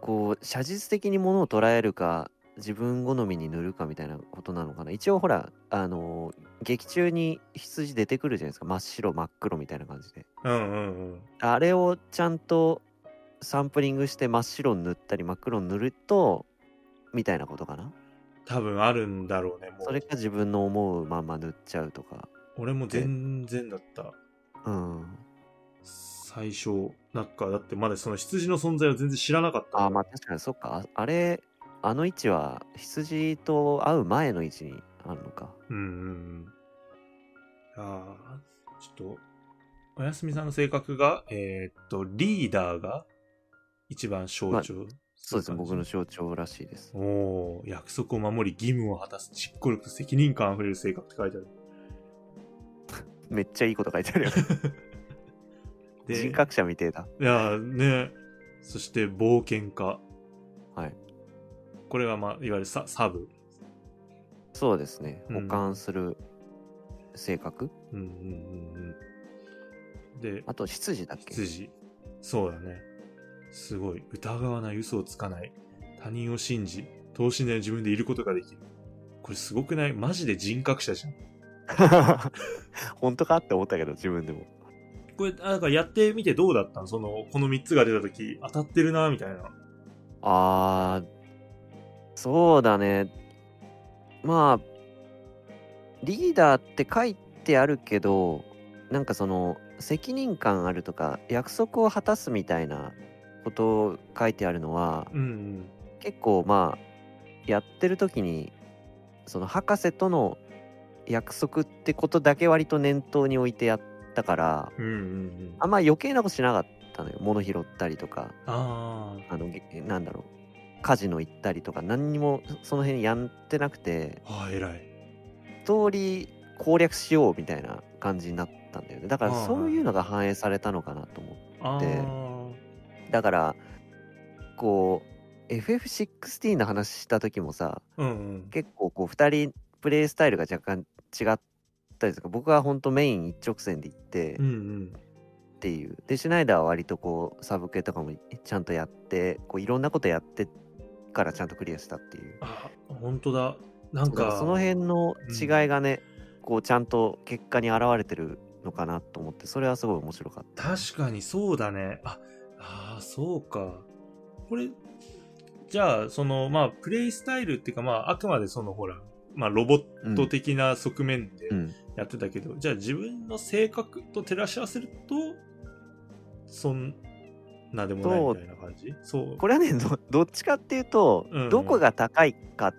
S2: こう、写実的にものを捉えるか、自分好みに塗るかみたいなことなのかな。一応ほら、あのー劇中に羊出てくるじゃないですか。真っ白真っ黒みたいな感じで。
S1: うんうんうん。
S2: あれをちゃんとサンプリングして真っ白に塗ったり真っ黒に塗ると、みたいなことかな。
S1: 多分あるんだろうね、もう。
S2: それか自分の思うまんま塗っちゃうとか。
S1: 俺も全然だった。
S2: うん。
S1: 最初、なんか、だってまだその羊の存在を全然知らなかった。
S2: あーまあ確かにそっかああれあの位置は羊と会う前の位置にあるのか
S1: うんうんうん。ああ、ちょっと、おやすみさんの性格が、えーっと、リーダーが一番象徴する感じ、
S2: そうですね僕の象徴らしいです
S1: おお、約束を守り義務を果たす実行力と責任感あふれる性格って書いてある。
S2: めっちゃいいこと書いてある よ
S1: で
S2: 人格者みてえだ
S1: いやーね、そして冒険家。
S2: はい
S1: これが、まあ、いわゆるササブ。
S2: そうですね
S1: う
S2: 保
S1: ん
S2: 管する性格、
S1: うんうんうんうん。で、
S2: あと羊だっ け
S1: 羊。そうだね。すごい。疑わない、嘘をつかない。他人を信じ、等身大の自分でいることができる。これすごくないマジで人格者じゃん。
S2: 本当かって思ったけど自分でも
S1: これ、あなんかやってみてどうだったのその、この3つが出た時当たってるな、みたいな。
S2: あーそうだねまあリーダーって書いてあるけどなんかその責任感あるとか約束を果たすみたいなことを書いてあるのは
S1: うん
S2: 結構まあやってる時にその博士との約束ってことだけ割と念頭に置いてやったから
S1: うんうんうん
S2: あんま余計なことしなかったのよ物拾ったりとか
S1: あ
S2: あのげなんだろうカジノ行ったりとか何にもその辺やってなくて
S1: ああ偉い
S2: ストーリー攻略しようみたいな感じになったんだよねだから
S1: ああ
S2: そういうのが反映されたのかなと思う
S1: ああ
S2: だからこう FF16 の話した時もさ
S1: うんうん
S2: 結構こう2人プレイスタイルが若干違ったりとか僕は本当メイン一直線で行って
S1: うんうん
S2: っていう、でシュナイダーは割とこうサブ系とかもちゃんとやってこういろんなことやってからちゃんとクリアしたっていう
S1: あ本当だなん
S2: だか
S1: から
S2: その辺の違いがね、こうちゃんと結果に表れてるのかなと思ってそれはすごい面白かった
S1: 確かにそうだねああーそうかこれじゃあそのまあプレイスタイルっていうかまああくまでそのほらまあロボット的な側面で
S2: うん
S1: やってたけど、じゃあ自分の性格と照らし合わせるとそんなでもないみたいな感じそう
S2: これはねどどっちかっていうと、
S1: うんうん
S2: どこが高いかっ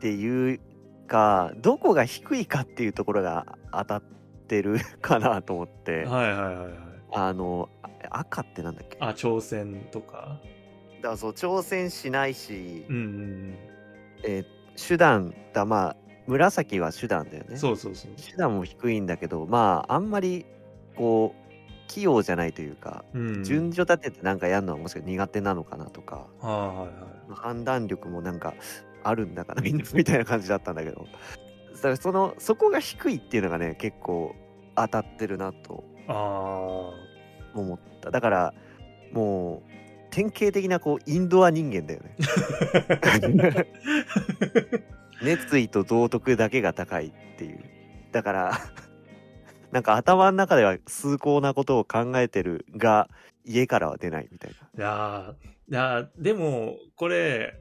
S2: ていうかどこが低いかっていうところが当たってるかなと思って
S1: はいはいはいはい
S2: あのあ赤ってなんだっけ
S1: あ挑戦とか
S2: だからそう挑戦しないし、
S1: うんうん
S2: えー手段だまあ紫は手段だよ
S1: う
S2: ね
S1: んそうそうそう
S2: 手段も低いんだけどまああんまりこう器用じゃないというか、
S1: うん
S2: 順序立ててなんかやるのはもしかして苦手なのかなとか
S1: ああはいはい
S2: 判断力もなんかあるんだからみんなみたいな感じだったんだけどだからそのそこが低いっていうのがね結構当たってるなと
S1: あ
S2: 思っただからもう典型的なこうインドア人間だよね熱意と道徳だけが高いっていうだからなんか頭の中では崇高なことを考えてるが家からは出ないみたいな
S1: あいやーいやーでもこれ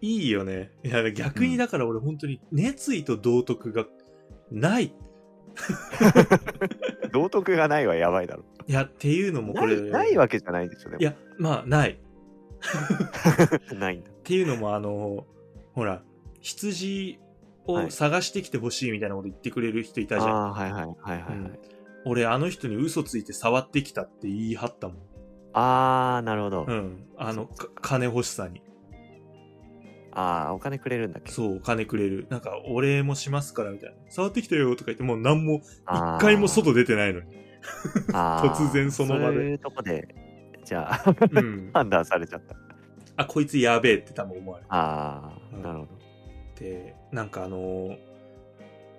S1: いいよねいや逆にだから俺本当に熱意と道徳がない
S2: 道徳がないはやばいだろ
S1: いやっていうのもこ
S2: な
S1: れ
S2: いないわけじゃないでしょでも
S1: いやまあない
S2: ないんだ
S1: っていうのもあのほら羊を探してきてほしいみたいなこと言ってくれる人いたじゃん、
S2: ああーはいはいはいはい、
S1: う
S2: は
S1: ん
S2: い
S1: 俺あの人に嘘ついて触ってきたって言い張ったもん
S2: ああなるほど、
S1: うんあのか金欲しさに
S2: ああお金くれるんだっけ
S1: そうお金くれるなんかお礼もしますからみたいな触ってきたよとか言ってもう何も
S2: あー
S1: 一回も外出てないのに
S2: あー
S1: 突然その場で
S2: そういうとこでじゃあ
S1: うん
S2: 判断されちゃった
S1: あこいつやべえって多分思われ
S2: ああ、
S1: うん
S2: なるほど
S1: てなんかあのー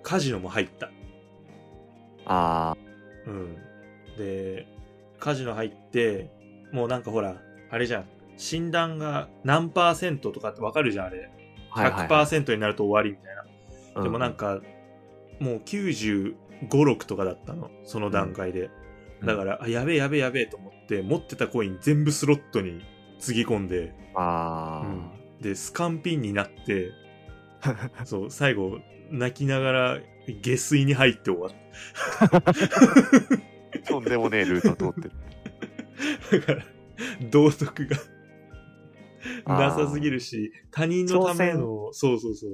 S1: カジノも入った
S2: あ
S1: うん。で、カジノ入って、もうなんかほら、あれじゃん。診断が何パーセントとかってわかるじゃん、あれ。
S2: あ、はいはいはい、
S1: 100%になると終わりみたいな。
S2: う
S1: でもなんか、もう95、6とかだったの。その段階で。
S2: うん
S1: だから、あ、やべえやべえやべえと思って、持ってたコイン全部スロットにつぎ込んで、
S2: ああ、
S1: うんで、スカンピンにな って、そう、最後、泣きながら下水に入って終わった。
S2: とんでもねえルート通ってる
S1: だから道徳が なさすぎるし他人のためのそうそうそう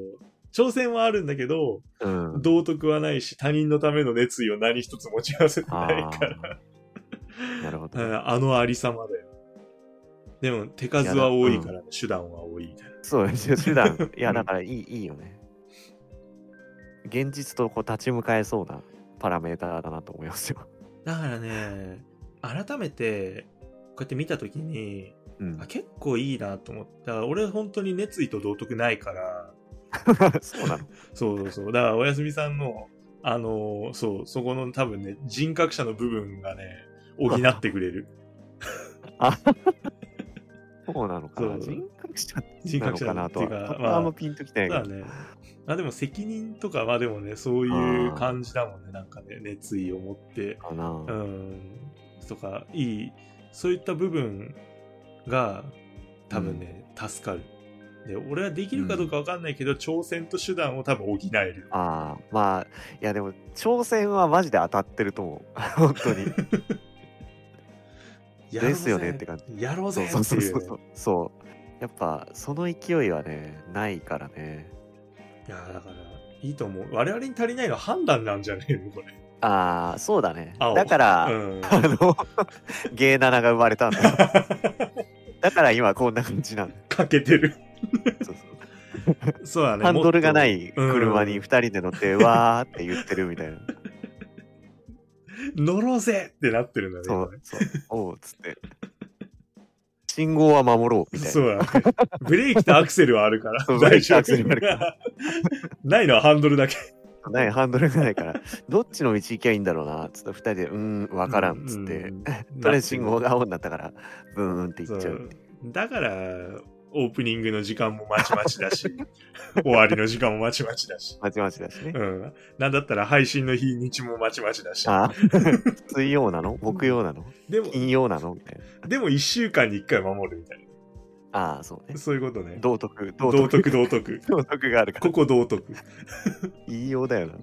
S1: 挑戦はあるんだけど、
S2: うん
S1: 道徳はないし他人のための熱意を何一つ持ち合わせて
S2: あ
S1: ないか
S2: ーなるほど、
S1: らうん あのありさまだよでも手数は多いから、手段は多いみたいな
S2: そうですよ手 段いや
S1: うん
S2: だからいいいいよね現実とこう立ち向かえそうなパラメーターだなと思いますよ、
S1: だからね改めてこうやって見た時に
S2: うん
S1: あ、結構いいなと思ってだから俺本当に熱意と道徳ないから
S2: そうなの
S1: そうそうそう。だから、おやすみさんの、あのーそう、そこの多分ね、人格者の部分がね、補ってくれ る。
S2: そうなのかな
S1: そう
S2: 人格者
S1: 人
S2: な
S1: 格
S2: の
S1: 者
S2: か
S1: っ
S2: な
S1: て
S2: と
S1: いう
S2: は
S1: か、
S2: 僕は
S1: ま
S2: あ
S1: あ、
S2: んまピンときてない
S1: だ
S2: けど、
S1: ね。あでも、責任とかはでもね、そういう感じだもんね。なんかね、熱意を持って、
S2: かな、
S1: うん、とか、いい、そういった部分が、多分ね、助かる。で俺はできるかどうかわかんないけど、挑戦と手段を多分補える
S2: ああ、まあ、いやでも、挑戦はマジで当たってると思う。 本当に。
S1: やろうぜ
S2: ですよねって感じ
S1: やろう
S2: そ
S1: ぜ
S2: う
S1: って
S2: そ
S1: いうう
S2: そうそうそう。やっぱ、その勢いはね、ないからね。
S1: いやだからいいと思う我々に足りないのは判断なんじゃねえのこれ
S2: ああ、そうだね。
S1: 青
S2: だから、
S1: うん
S2: あの、 ゲイナナが生まれたんだよ。 だから今こんな感じなんだよ。
S1: かけてる
S2: そう そう
S1: そうだね
S2: ハンドルがな
S1: もっ
S2: い
S1: とうん
S2: 車に二人で乗って、わーって言ってるみたいな。
S1: と乗ろうぜってなってるんだね
S2: そう、そう。おう、つって。信号は守ろう、み
S1: 今
S2: たい
S1: ねそ
S2: な。
S1: うだねブレーキとアクセルはあるから
S2: そう ブ
S1: 大丈夫
S2: レーキとアクセルはあるか
S1: ないのはハンドルだけ
S2: ない、ハンドルがないから、どっちの道行きゃいいんだろうな、つって二人で、うーん、わからん、つって。とりあえず信号が青になったから、ブーンって行っちゃう。
S1: そうだからオープニングの時間もまちまちだ し終わりの時間もまちまちだし、
S2: まちまちだしね
S1: う。ん、なんだったら配信の日にちもまちまちだし
S2: ああ、 水曜なの木曜なの
S1: でも
S2: 金曜なのみたいな。
S1: でも1週間に1回守るみたい
S2: ああ、そうね
S1: な。そういうことね
S2: 道徳、道
S1: 道
S2: 徳。
S1: 徳道 徳
S2: 道徳があるから。
S1: ここ道徳
S2: 言いようだよな。
S1: い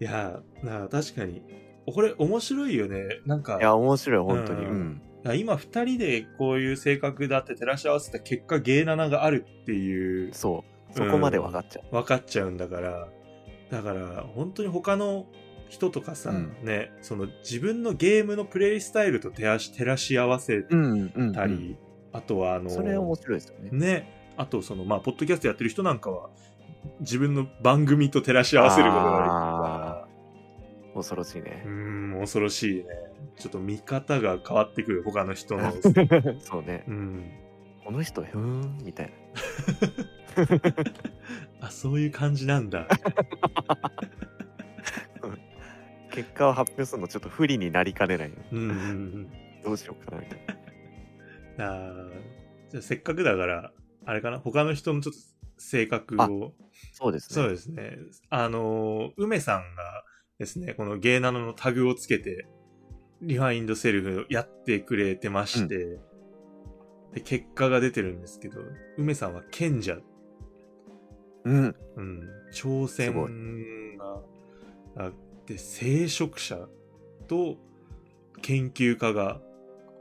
S1: やなあ確かにこれ面白いよねなんか
S2: いや、面白い、本当に。
S1: う
S2: うんん。
S1: 今2人でこういう性格だって照らし合わせた結果芸7があるっていう
S2: そう。そこまで分かっちゃう。
S1: 分かっちゃうんだからだから本当に他の人とかさ、
S2: うん
S1: ねその自分のゲームのプレイスタイルと照らし照らし合わせ
S2: うん、うん、うん。
S1: たり、あとはあの
S2: それ面白いですよね。
S1: ねあとそのまあポッドキャストやってる人なんかは自分の番組と照らし合わせることができるから
S2: 恐ろしいうね。
S1: ーん恐ろしいねちょっと見方が変わってくる他の人の
S2: そうね。
S1: うん
S2: この人、ふーん、みたいな。
S1: あそういう感じなんだ
S2: 結果を発表するのちょっと不利になりかねない。
S1: うんうんうん
S2: どうしようかな、みたいな。
S1: あーじゃあせっかくだからあれかな他の人のちょっと性格
S2: あ
S1: を
S2: そうです
S1: そう
S2: ね。
S1: ですねあのー梅さんがですねこのゲイナノのタグをつけてリファインドセルフやってくれてまして、で結果が出てるんですけど梅さんは賢者、
S2: うん。
S1: うん、挑
S2: すご
S1: 戦があって聖職者と研究家が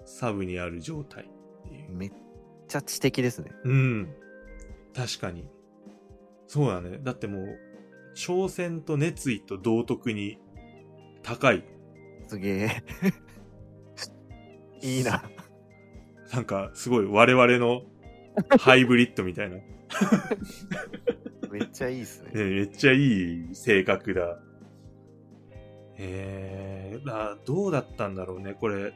S1: サブにある状態っていう
S2: めっちゃ知的ですね。
S1: うん。確かに。そうだね。だってもう、挑戦と熱意と道徳に高い。
S2: すげ え。いいな。
S1: なんか、すごい我々の ハイブリッドみたいな。ね、
S2: めっちゃいいです ね。
S1: めっちゃいい性格だ。えー、だどうだったんだろうね。これ、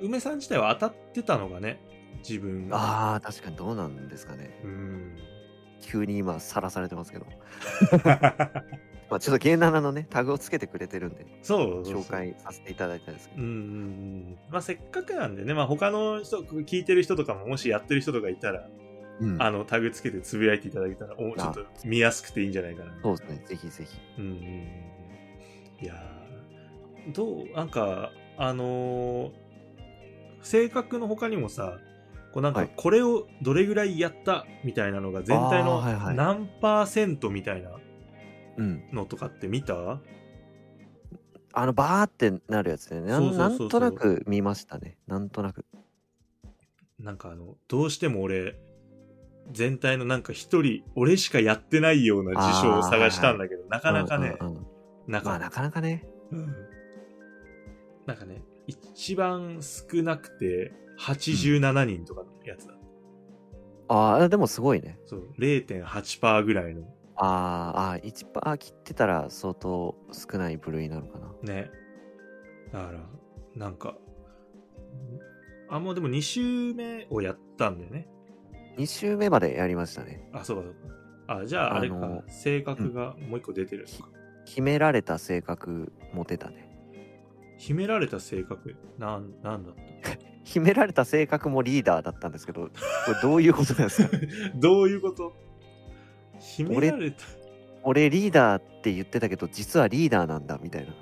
S1: 梅さん自体は当たってたのがね、自分。
S2: ああ、確かにどうなんですかね。
S1: うん。
S2: 急に今、さらされてます けど。まあ、ちょっとゲイナナのね、タグをつけてくれてるんで、
S1: そうそうそう
S2: 紹介させていただいたんですけ
S1: う
S2: ど。
S1: んうんうんまあ、せっかくなんでね、まあ、他の人聞いてる人とかももしやってる人とかいたら、
S2: うん。
S1: あのタグつけてつぶやいていただけたらおちょっと見やすくていいんじゃないかな
S2: そうですね。ぜひぜひ。
S1: うんうんうんいやーどうなんかあのー性格の他にもさこうなん
S2: は
S1: か
S2: い
S1: これをどれぐらいやったみたいなのが全体
S2: あーはいは
S1: の
S2: い
S1: 何パーセントみたいな
S2: うん。
S1: のとかって見た、
S2: あの、バーってなるやつでね。な
S1: そうそうそうそ
S2: ん
S1: う
S2: なんとなく見ましたね。なんとなく。
S1: なんかあの、どうしても俺、全体のなんか一人、俺しかやってないような事象を探したんだけど、なかなかね、
S2: うんうんうん
S1: な
S2: ま
S1: か
S2: あ、
S1: な
S2: な
S1: か、
S2: かなかね。
S1: うんなんかね、一番少なくて87人とかのやつだ。
S2: ああ、でもすごいね。
S1: そう、0.8%ぐらいの。
S2: あーあー、1%パー切ってたら相当少ない部類なのかな。
S1: ね。だから、なんか、あ、もうでも2週目をやったんだよね。
S2: 2周目までやりましたね。
S1: あ、そうかそうか。あ、じゃああれか、
S2: あの
S1: 性格がもう一個出てるのか。
S2: 決められた性格持てたね。
S1: 秘められた性格、なん、なんだった
S2: 決められた性格もリーダーだったんですけど、これどういうことなん ですか
S1: どういうこと秘められた。
S2: 俺リーダーって言ってたけど、実はリーダーなんだ、みたいな。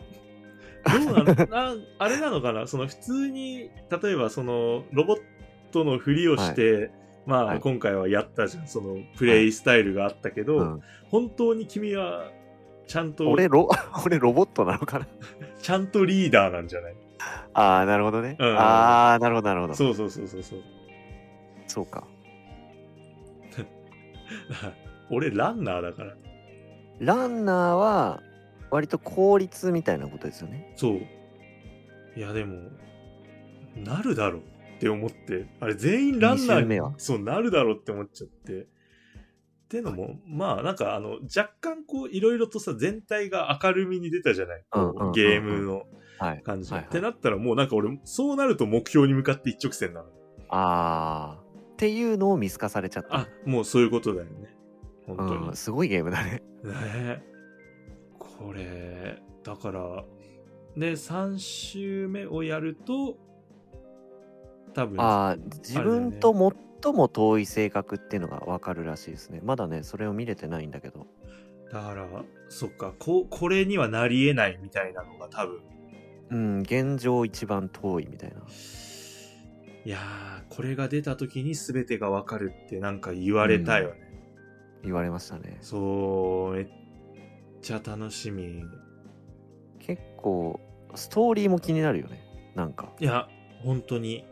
S1: どうなのなあれなのかなその普通に、例えばそのロボットのふりをして、まあ、
S2: はい
S1: 今回はやったじゃん。そのプレイスタイルがあったけど、
S2: うん
S1: 本当に君は、ちゃんと、
S2: 俺ロ、 俺ロボットなのかな
S1: ちゃんとリーダーなんじゃない
S2: ああ、なるほどね。
S1: うん
S2: ああ、なるほど、なるほど。そう
S1: そうそうそうそう そう。
S2: か。
S1: 俺、ランナーだから。
S2: ランナーは、割と効率みたいなことですよね。
S1: そう。いや、でも、なるだろうって思って、あれ、全員ランナ
S2: 二周目
S1: ー
S2: は
S1: に、そう、なるだろうって思っちゃって。っていうのも、まあ、なんか、あの、若干、こう、いろいろとさ、全体が明るみに出たじゃない、こう
S2: うんうんうんうん
S1: ゲームの
S2: はい。
S1: 感じ。
S2: はいはい
S1: ってなったら、もうなんか俺、そうなると目標に向かって一直線なの。
S2: ああ。っていうのを見透かされちゃった。
S1: あ、もうそういうことだよね。本当に。
S2: うん、すごいゲームだね。
S1: ねえこれだからで3周目をやると多分
S2: ああ、自分と最も遠い性格っていうのがわかるらしいですね。まだね、それを見れてないんだけど。
S1: だからそっかここれにはなりえないみたいなのが多分
S2: うん、現状一番遠いみたいな。
S1: いやーこれが出た時に全てがわかるってなんか言われたよね、
S2: 言われましたね。
S1: そうめっちゃ楽しみ
S2: 結構、ストーリーも気になるよね。なんか。
S1: いや本当に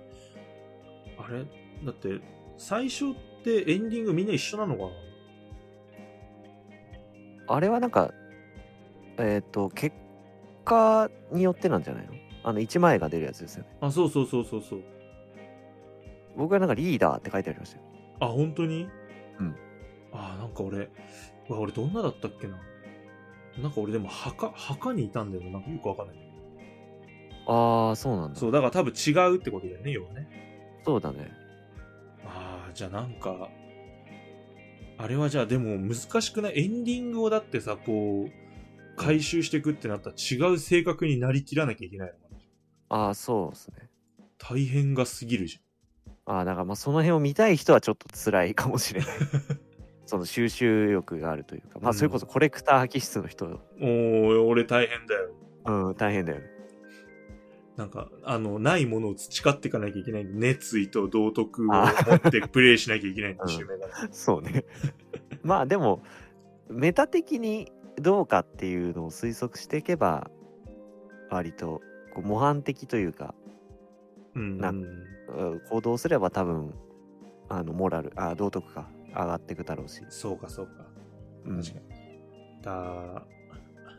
S1: あれだって最初ってエンディングみんな一緒なのかな
S2: あれはなんか、えっ、と、結果によってなんじゃないのあの、1枚が出るやつですよね。
S1: あそうそうそうそうそう
S2: 僕はなんかリーダーって書いてありましたよ。
S1: あ、本当に
S2: うん。
S1: あ、なんか俺、うわ、俺どんなだったっけな。なんか俺でも墓、墓にいたんだよな。なんかよくわかんない。
S2: ああ、そうなんだ。
S1: そう、だから多分違うってことだよね、要はね。
S2: そうだね。
S1: ああ、じゃあなんか、あれはじゃあでも難しくないエンディングをだってさ、こう、回収していくってなったら違う性格になりきらなきゃいけないのかな。
S2: ああ、そうですね。
S1: 大変が過ぎるじ
S2: ああ、だからまあその辺を見たい人はちょっと辛いかもしれ ない。その収集欲があるというか、まあそれこそコレクター破棄質の人、
S1: ゃん。おー、俺大変だよ。
S2: うん、大変だよね。
S1: なんか、あの、ないものを培っていかなきゃいけない。熱意と道徳を持
S2: あ
S1: ってプレイしなきゃいけないんだ、
S2: うん
S1: 襲名が。
S2: そう ね。まあでも、メタ的にどうかっていうのを推測していけば、割とこう模範的というか、
S1: うん。
S2: なうん行動すれば多分、あの、モラル、あ、道徳が上がっていくだろうし。
S1: そうか、そうか。
S2: うん、
S1: 確かに。だ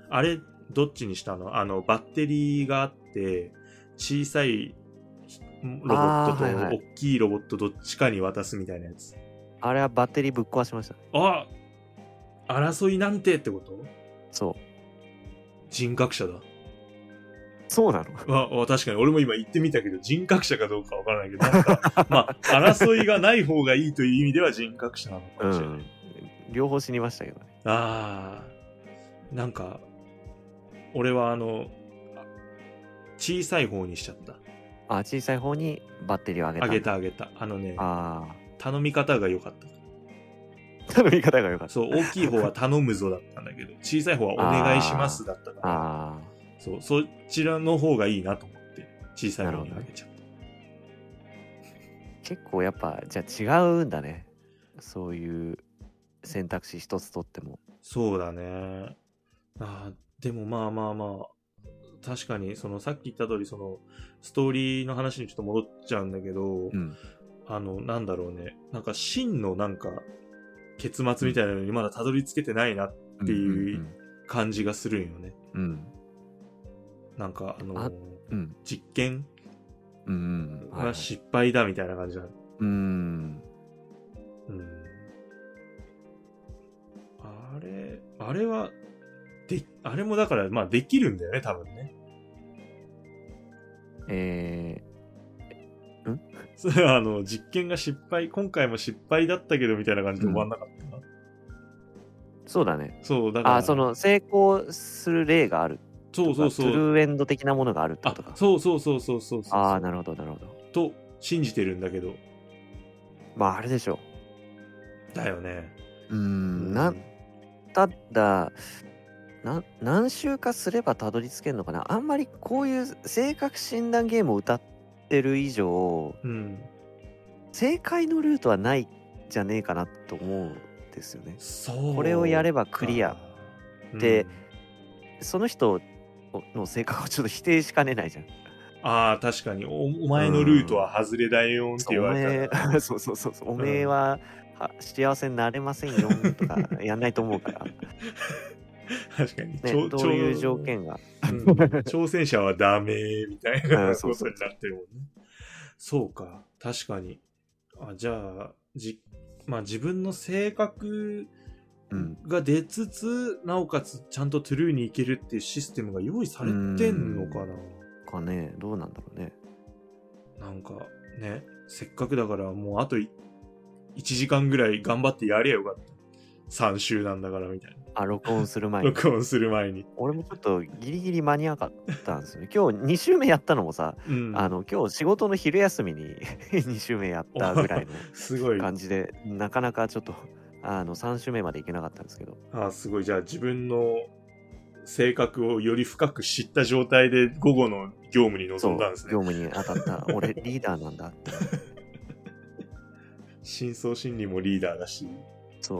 S1: あれ、どっちにしたのあの、バッテリーがあって、小さいロボットと
S2: あーはいはい
S1: 大きいロボットどっちかに渡すみたいなやつ。
S2: あれはバッテリーぶっ壊しました。
S1: あ争いなんてってこと
S2: そう。
S1: 人格者だ。
S2: そうなの
S1: ああ確かに俺も今言ってみたけど人格者かどうかわからないけどなんかまあ争いがない方がいいという意味では人格者なのか
S2: う
S1: もしれない、
S2: ん。両方死にましたけどね。
S1: あーなんか俺はあのあ小さい方にしちゃった
S2: あ、小さい方にバッテリーを上げた。
S1: あげたあげたあのね
S2: あ
S1: 頼み方が良かった
S2: あ。 頼み方が良かった。
S1: そう大きい方は頼むぞだったんだけど小さい方はお願いしますだったから
S2: あ
S1: そうそちらの方がいいなと思って小さい方にあげちゃった、
S2: あ。結構やっぱ、じゃあ違うんだね。そういう選択肢一つとっても。
S1: そうだね。あーでもまあまあまあ、確かに、そのさっき言った通り、その、ストーリーの話にちょっと戻っちゃうんだけ
S2: う
S1: ど、
S2: ん。
S1: あの、なんだろうね、なんか真のなんか、結末みたいなのにまだたどり着けてないなっていう
S2: うん
S1: 感じがするんよね。
S2: うんうん。
S1: なんか、あのー
S2: あうん。
S1: 実験
S2: うん。うん。はいは
S1: が
S2: い
S1: 失敗だみたいな感じだ、
S2: うん。
S1: うん。あれ、あれは、で、あれもだから、まあできるんだよね、多分ね。
S2: え
S1: それはあの、実験が失敗、今回も失敗だったけどみたいな感じで終わんなかったな。
S2: ー、そうだね。
S1: そう、だから。
S2: あ、そ、の成功する例がある
S1: そ
S2: と
S1: うそ
S2: か。
S1: うそ
S2: ト
S1: う。
S2: ゥルーエンド的なものがあるって
S1: あ
S2: こと、か。
S1: そうそうそうそうそうそう。
S2: ああ、なるほど、なるほど。
S1: と、信じてるんだけど。
S2: まあ、あれでしょ
S1: だよね。
S2: う。うん。な、ただな何週かすればたどり着けるのかなあんまりこういう性格診断ゲームを歌ってる以上
S1: うん。
S2: 正解のルートはないんじゃねえかなと思うんですよね。
S1: そう
S2: これをやればクリア
S1: っ
S2: でその人の性格をちょっと否定しかねないじゃん。
S1: ああ確かにおお前のルートは外れだよんって言われたら、
S2: おめえ そうそうそうそう、おめえはは幸せになれませんよとかやんないと思うから、ね、
S1: 確かに、ちょ
S2: どういう条件が。
S1: うん挑戦者はダメみたいな
S2: うん
S1: こ
S2: そうそ
S1: と
S2: う
S1: になってるもんね。そうか、確かに。あじゃあ、じまあ、自分の性格
S2: うん
S1: が出つつ、なおかつちゃんとトゥルーに行けるっていうシステムが用意されてんのかな。
S2: かね、どうなんだろうね。
S1: なんかね、せっかくだからもうあと1時間ぐらい頑張ってやれよかった。3週なんだからみたい
S2: あ、録音する
S1: な。
S2: 前に。
S1: 録音する前に。
S2: 俺もちょっとギリギリ間に合わなかったんですよね。今日2週目やったのもさ、
S1: うん。
S2: あの今日仕事の昼休みに 2週目やったぐらい
S1: すごい
S2: の。感じで、なかなかちょっとあの3週目までいけなかったんですけど、
S1: ああ、すごい。じゃあ自分の性格をより深く知った状態で午後の業務に
S2: そ
S1: 臨
S2: うん
S1: だんですね。
S2: 業務に当たった、俺リーダーなんだって。
S1: 深層心理もリーダーだし、
S2: そう、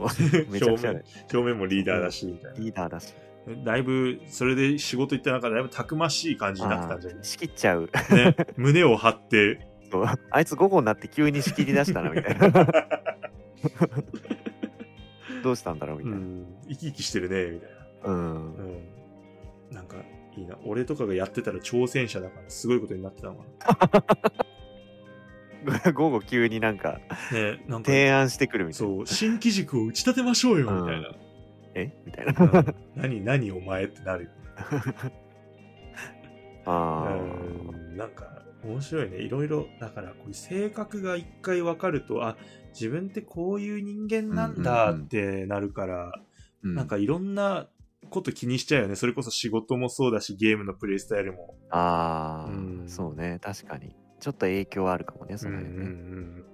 S2: め
S1: 表
S2: ちゃくちゃ
S1: 面
S2: ね
S1: 表面もリーダーだし、みたい
S2: リーダーだし、
S1: な。だいぶ、それで仕事行った中でだいぶたくましい感じになってたんじゃない
S2: 仕切っちゃう。
S1: ね。胸を張って、
S2: そうあいつ午後になって急に仕切り出したなみたい な。どうしたんだろうみ
S1: う
S2: たいな。
S1: ん、生き生きしてるね、みたい
S2: う
S1: な。
S2: ん
S1: うん。なんか、いいな。俺とかがやってたら挑戦者だから、すごいことになってたのか
S2: 午後急になん か
S1: な。ね、なんか、
S2: 提案してくるみたいな。
S1: そう、新機軸を打ち立てましょうよ、みたいな。
S2: えみたいな。
S1: うん何何お前ってなるよ
S2: ああ。
S1: うんなんか面白いねいろいろだからこういう性格が一回分かるとあ自分ってこういう人間なんだってなるから、
S2: うん
S1: なんかいろんなこと気にしちゃうよねそれこそ仕事もそうだしゲームのプレイスタイルも、
S2: ああ、
S1: うん
S2: そうね、確かに。ちょっと影響あるかもね、その
S1: うん
S2: 辺
S1: うんう
S2: ね。
S1: ん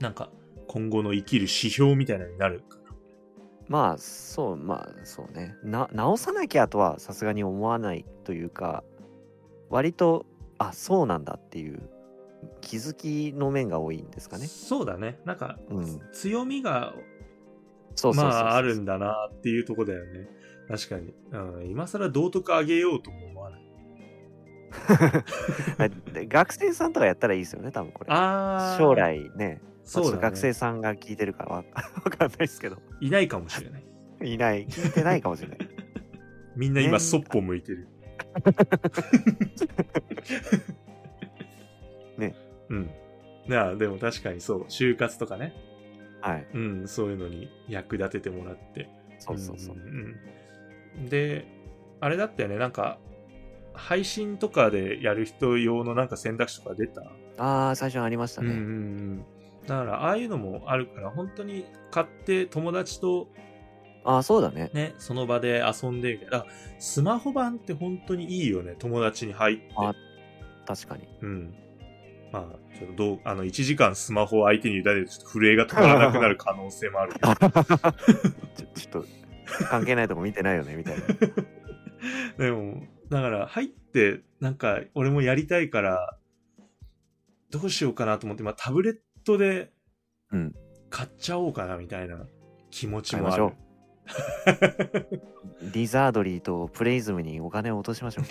S1: なんか今後の生きる指標みたいなのになるか
S2: まあ、そう、まあ、そうね。な、直さなきゃとはさすがに思わないというか、割と、あ、そうなんだっていう気づきの面が多いんですかね。
S1: そうだねなんか、
S2: うん
S1: 強みが
S2: そうそうそうそう
S1: まああるんだなっていうとこだよね確かに、うん、今更道徳上げようとも思わない
S2: あで学生さんとかやったらいいですよね、多分これ。
S1: あー
S2: 将来ね、まあ
S1: そう
S2: ちょっと
S1: だ、ね、
S2: 学生さんが聞いてるからわ わかんないですけど、
S1: いないかもしれない。
S2: いない、聞いてないかもしれない。
S1: みんな今、
S2: ね
S1: そっぽ向いてる。
S2: ね。
S1: うん。なあ、でも確かにそう、就活とかね。
S2: はい、
S1: うん、そういうのに役立ててもらって。
S2: そうそうそう。
S1: んうんで、あれだったよね、なんか、配信とかでやる人用のなんか選択肢とか出た
S2: ああ、最初にありました
S1: うんう
S2: ね。
S1: んうん。だから、ああいうのもあるから、本当に買って友達と
S2: ああ、そうだね。
S1: ね、その場で遊んでみたいな。だからスマホ版って本当にいいよね、友達に入って。
S2: あ確かに。
S1: うん。まあ、ちょっとどう、あの、1時間スマホを相手に委ねるとちょっと震えが止まらなくなる可能性もあるけ
S2: ち
S1: ど。
S2: ょちょっと、関係ないとこ見てないよね、みたい な。
S1: でも、だから入って、なんか、俺もやりたいから、どうしようかなと思って、まあ、タブレットで
S2: うん、
S1: 買っちゃおうかなみたいな気持ち
S2: 買い
S1: も
S2: ま
S1: あ
S2: し
S1: る。
S2: ょう。 リザードリーとプレイズムにお金を落としましょう。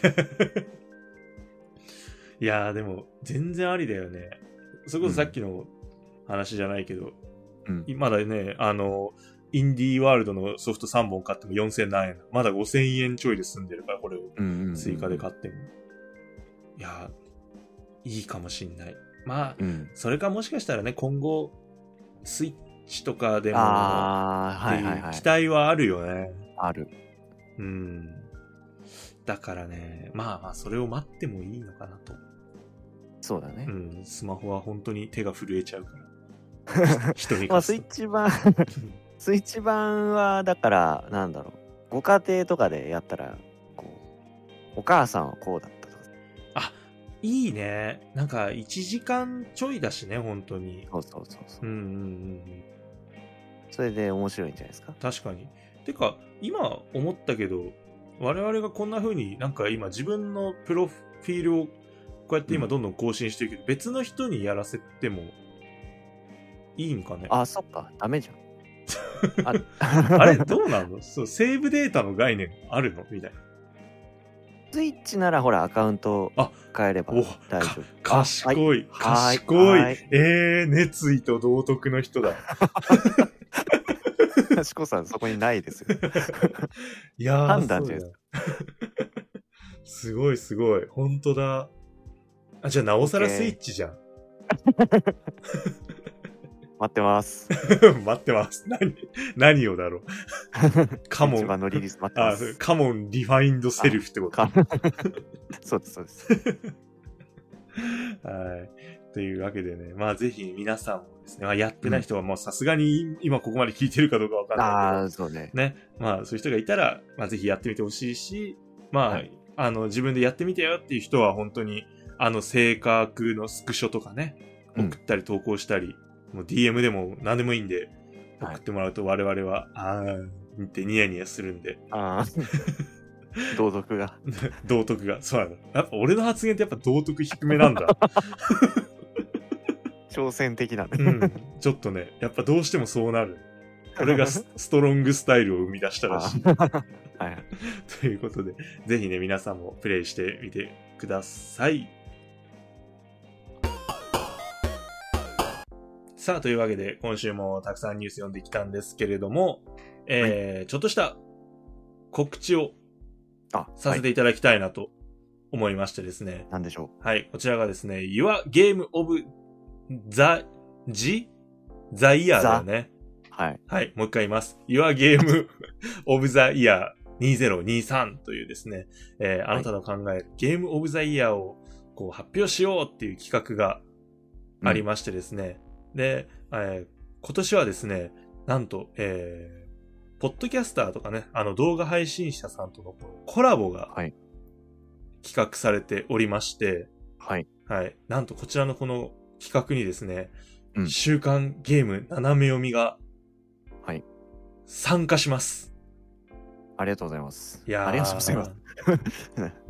S1: いやーでも全然ありだよね。それこそさっきの話じゃないけど、
S2: うん
S1: まだね、あの、インディーワールドのソフト3本買っても4000何円。まだ5000円ちょいで済んでるから、これを
S2: うんうんうん
S1: 追加で買っても。いやーいいかもしんない。まあ、
S2: うん。
S1: それかもしかしたらね、今後、スイッチとかでも、
S2: ああ、
S1: っ
S2: は
S1: て
S2: い
S1: い
S2: はいは
S1: う
S2: い
S1: 期。待はあるよね。
S2: ある。
S1: うん。だからね、まあまあ、それを待ってもいいのかなと。
S2: そうだね
S1: う。ん、スマホは本当に手が震えちゃうから。 人に
S2: まあ、
S1: 貸
S2: スイ
S1: す
S2: ッ
S1: と。
S2: チ版、 スイッチ版は、だから、なんだろう。ご家庭とかでやったら、こう、お母さんはこうだったとか。
S1: いいね。なんか、1時間ちょいだしね、本当に。
S2: そうそうそうそうう。
S1: んうんうん
S2: それで面白いんじゃないですか
S1: うん。。確かに。てか、今思ったけど、我々がこんな風になんか今自分のプロフィールをこうやって今どんどん更新してるけど、別の人にやらせてもいいんかねあ
S2: あ、そっか、ダメじゃん。 あ
S1: れどうな のそうセーブデータの概念あるのみたいな
S2: スイッチならほら、アカウント
S1: あ
S2: 変えれば
S1: お
S2: 大丈夫。
S1: 賢、
S2: あはいはい
S1: 賢い
S2: はい
S1: えー、熱意と道徳の人
S2: い。
S1: だ
S2: 賢さん、そこにないですよ。
S1: いやー
S2: 判断じゃない
S1: そうだ すごいすごい本当だあじゃあなおさら
S2: OK
S1: スイッチじゃん
S2: 待って ます。
S1: 待ってます何何を だろうカモ
S2: 一番の
S1: ン
S2: リリース待ってま
S1: あそう
S2: す。
S1: カモンディファインドセルフってこと
S2: か そうです、そう です。
S1: はい。というわけでね、まあぜひ皆さんもですね、まあ、やってない人はもうさすがに今ここまで聞いてるかどうかわかん
S2: あ
S1: ない
S2: あ、そうね
S1: け。ど、ね、まあそういう人がいたら、まあぜひやってみてほしいし、まあ、
S2: はい
S1: あの自分でやってみてよっていう人は本当に、あの性格のスクショとかね、
S2: うん
S1: 送ったり投稿したり、もう DM でも何でもいいんで、
S2: はい
S1: 送ってもらうと我々は、あーってニヤニヤするんで、
S2: ああ、 道徳が。
S1: 道徳が、そうなんだ。やっぱ俺の発言ってやっぱ道徳低めなんだ。
S2: 挑戦的だね。
S1: うん、ちょっとね、やっぱどうしてもそうなる。俺が スストロングスタイルを生み出したら しい。
S2: はいはい。
S1: ということで、ぜひね、皆さんもプレイしてみてください。さあ、というわけで、今週もたくさんニュース読んできたんですけれども、えーちょっとした告知を
S2: あ、
S1: させていただきたいなと思いましてですね。
S2: なんでしょ
S1: はい、こちらがですね、Your Game of the, the, the Year だよね。
S2: う。はい。
S1: はい、もう一回言います。Your Game of the Year 2023というですね、えーあなたの考えるゲームオブザイヤーをこう発表しようっていう企画がありましてですね、で、えー今年はですね、なんと、えーポッドキャスターとかね、あの動画配信者さんとのこうコラボが
S2: はい
S1: 企画されておりまして、
S2: はい。
S1: はい。なんとこちらのこの企画にですね、
S2: うん
S1: 週刊ゲーム斜め読みが、
S2: はい
S1: 参加します。
S2: ありがとうございます。
S1: いやー
S2: ありがとうございます。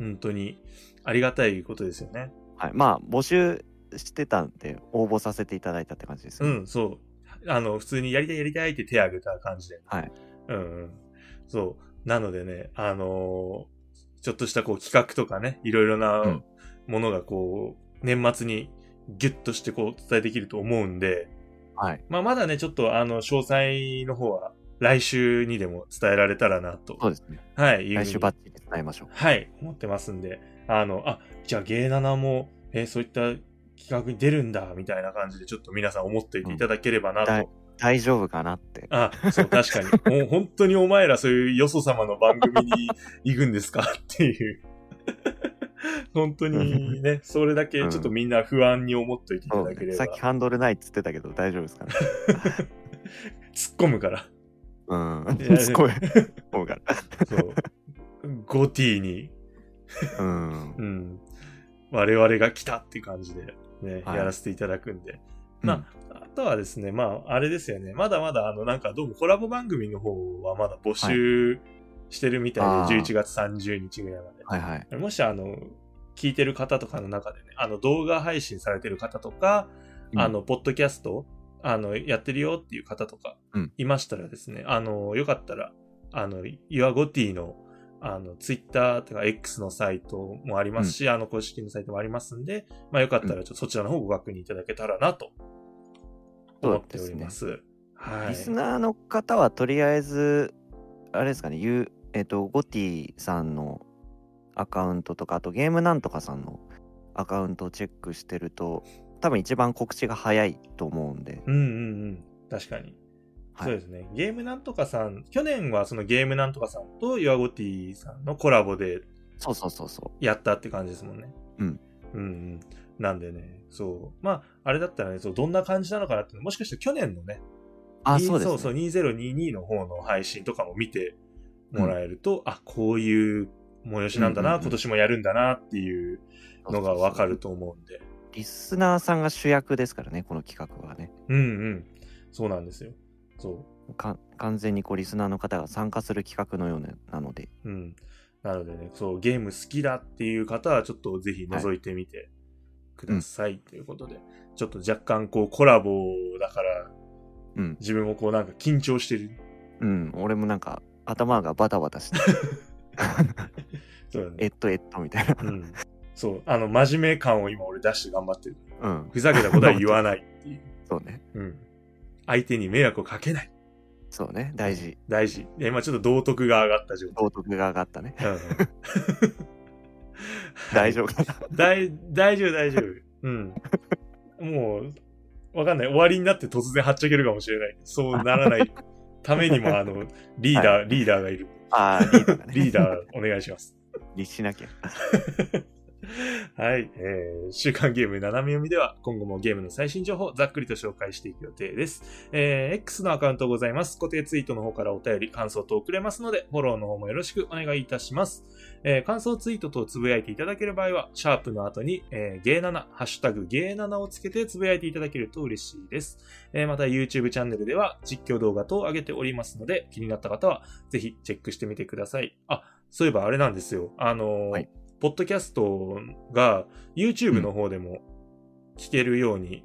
S1: 本当に、ありがたいことですよね。
S2: はい。まあ、募集してたんで、応募させていただいたって感じです
S1: う
S2: ね。
S1: ん、そう。あの、普通にやりたいやりたいって手挙げた感じで。
S2: はい。
S1: うん、うん。そう。なのでね、あのーちょっとしたこう企画とかね、いろいろ
S2: う
S1: なんものがこう、年末にギュッとしてこうお伝えできると思うんで、
S2: はい。
S1: まあ、まだね、ちょっと、あの、詳細の方は、来週にでも伝えられたらなと
S2: そ。うですね。
S1: はい、いうふうに
S2: 来週バッチリ伝えましょう。
S1: はい、思ってますんで、あの、あ、じゃあ、ゲイナナも、えーそういった企画に出るんだ、みたいな感じで、ちょっと皆さん思っていていただければなと。
S2: うん大丈夫かなって。
S1: あ、そう、確か に。もう本当にお前らそういうよそ様の番組に行くんですかっていう。 本当にね、それだけちょっとみんな不安に思っていていた
S2: そう
S1: だけ
S2: ね
S1: れ
S2: さ
S1: ば、
S2: っきハンドルないっつってたけど、大丈夫ですかね。
S1: 突っ込むから。
S2: うん
S1: いや。
S2: すごい。そうか
S1: そう。5T に
S2: ら。うん
S1: う。ん、我々が来たっていう感じで、ね
S2: はい
S1: やらせていただくんで。まあ、あとはですね、まあ、あれですよね。まだまだ、あの、なんか、どうもコラボ番組の方はまだ募集してるみたいで、
S2: あー
S1: 11月30日ぐらいま
S2: はいはい。
S1: で。もし、あの、聞いてる方とかの中でね、あの、動画配信されてる方とか、
S2: うん
S1: あの、ポッドキャスト、あの、やってるよっていう方とか
S2: うん、
S1: いましたらですね、あの、よかったら、あの、ユアゴティの、あの、ツイッターとか X のサイトもありますし、あの、公式のサイトもありますんで、まあ、よかったら、ちょっとそちらの方ご確認いただけたらなと、思っております。は
S2: リス
S1: い。
S2: ナーの方はとりあえず、あれですかね、ゆうえっと、ゴティさんのアカウントとか、あとゲームなんとかさんのアカウントをチェックしてると、多分一番告知が早いと思うんで、
S1: うんうんうん。確かに。
S2: はい
S1: そうですね。ゲームなんとかさん、去年はそのゲームなんとかさんとユアゴティさんのコラボで
S2: そうそうそうそ
S1: やったって感じですもんね。
S2: うん。
S1: うんうん。なんでね、そう。まあ、あれだったらね、そうどんな感じなのかなって、もしかして去年のね、
S2: う。あ、
S1: に
S2: そうです、
S1: そ
S2: ね。
S1: うそう、2022の方の配信とかも見てもらえると、あ、こういう催しなんだな、
S2: うんうんうん
S1: 今年もやるんだなっていうのがわかると思うんで。
S2: リスナーさんが主役ですからね、この企画はね。
S1: うんうん。そうなんですよ。そう。
S2: か完全にこうリスナーの方が参加する企画のようななので、
S1: うん。なのでね、そう、ゲーム好きだっていう方は、ちょっとぜひ覗いてみてくださいということで。ちょっと若干こうコラボだから、
S2: うん
S1: 自分もこうなんか緊張してる。
S2: うん、俺もなんか頭がバタバタ して、
S1: そうだね
S2: えっとえっとみたいな。
S1: うん、そう、あの、真面目感を今俺出して頑張ってる。
S2: うん、
S1: ふざけたことは言わないっていう。
S2: そうね。
S1: うん。相手に迷惑をかけない。
S2: そうね。大事。
S1: 大事。いや今ちょっと道徳が上がった状態。
S2: 道徳が上がったね。
S1: うんうん
S2: 大丈夫か な。
S1: 大大丈夫、大丈夫。うん。もう、わかんない。終わりになって突然はっちゃけるかもしれない。そうならないためにも、あの、リーダー、リーダーがいる。
S2: ああ、リーダーがね。
S1: リーダー、お願いします。
S2: 律しなきゃ。
S1: はい、えー週刊ゲーム斜め読みでは今後もゲームの最新情報をざっくりと紹介していく予定です。えー X のアカウントございます。固定ツイートの方からお便り、感想と送れますので、フォローの方もよろしくお願いいたします。えー感想ツイートとつぶやいていただける場合は、シャープの後に、えー、ゲー7、ハッシュタグゲー7をつけてつぶやいていただけると嬉しいです。えーまた YouTube チャンネルでは実況動画等を上げておりますので、気になった方はぜひチェックしてみてください。あ、そういえばあれなんですよ。あのー
S2: はい
S1: ポッドキャストが YouTube の方でも聞けるように、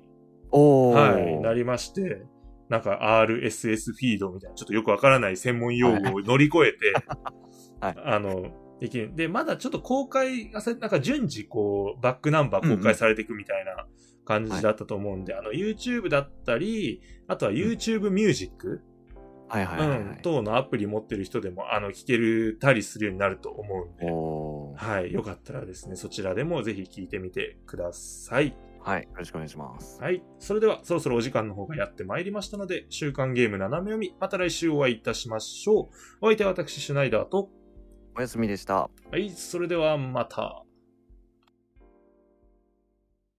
S2: おお、
S1: はい、なりまして、なんか RSS フィードみたいな、ちょっとよくわからない専門用語を乗り越えて、
S2: はい
S1: あの、できる。で、まだちょっと公開がさ、なんか順次こう、バックナンバー公開されていくみたいな感じだったと思うんで、あの、YouTube だったり、あとは YouTube ミュージック、
S2: はいはいは
S1: う
S2: いは
S1: ん
S2: い、。
S1: 等のアプリ持ってる人でも、あの、聞けるたりするようになると思うんで、
S2: おー
S1: はい、よかったらですね、そちらでもぜひ聞いてみてください。
S2: はい、よろしくお願いします。
S1: はい。それでは、そろそろお時間の方がやってまいりましたので、週刊ゲーム斜め読み、また来週お会いいたしましょう。お相手は私、シュナイダーと。
S2: おやすみでした。
S1: はい、それではまた。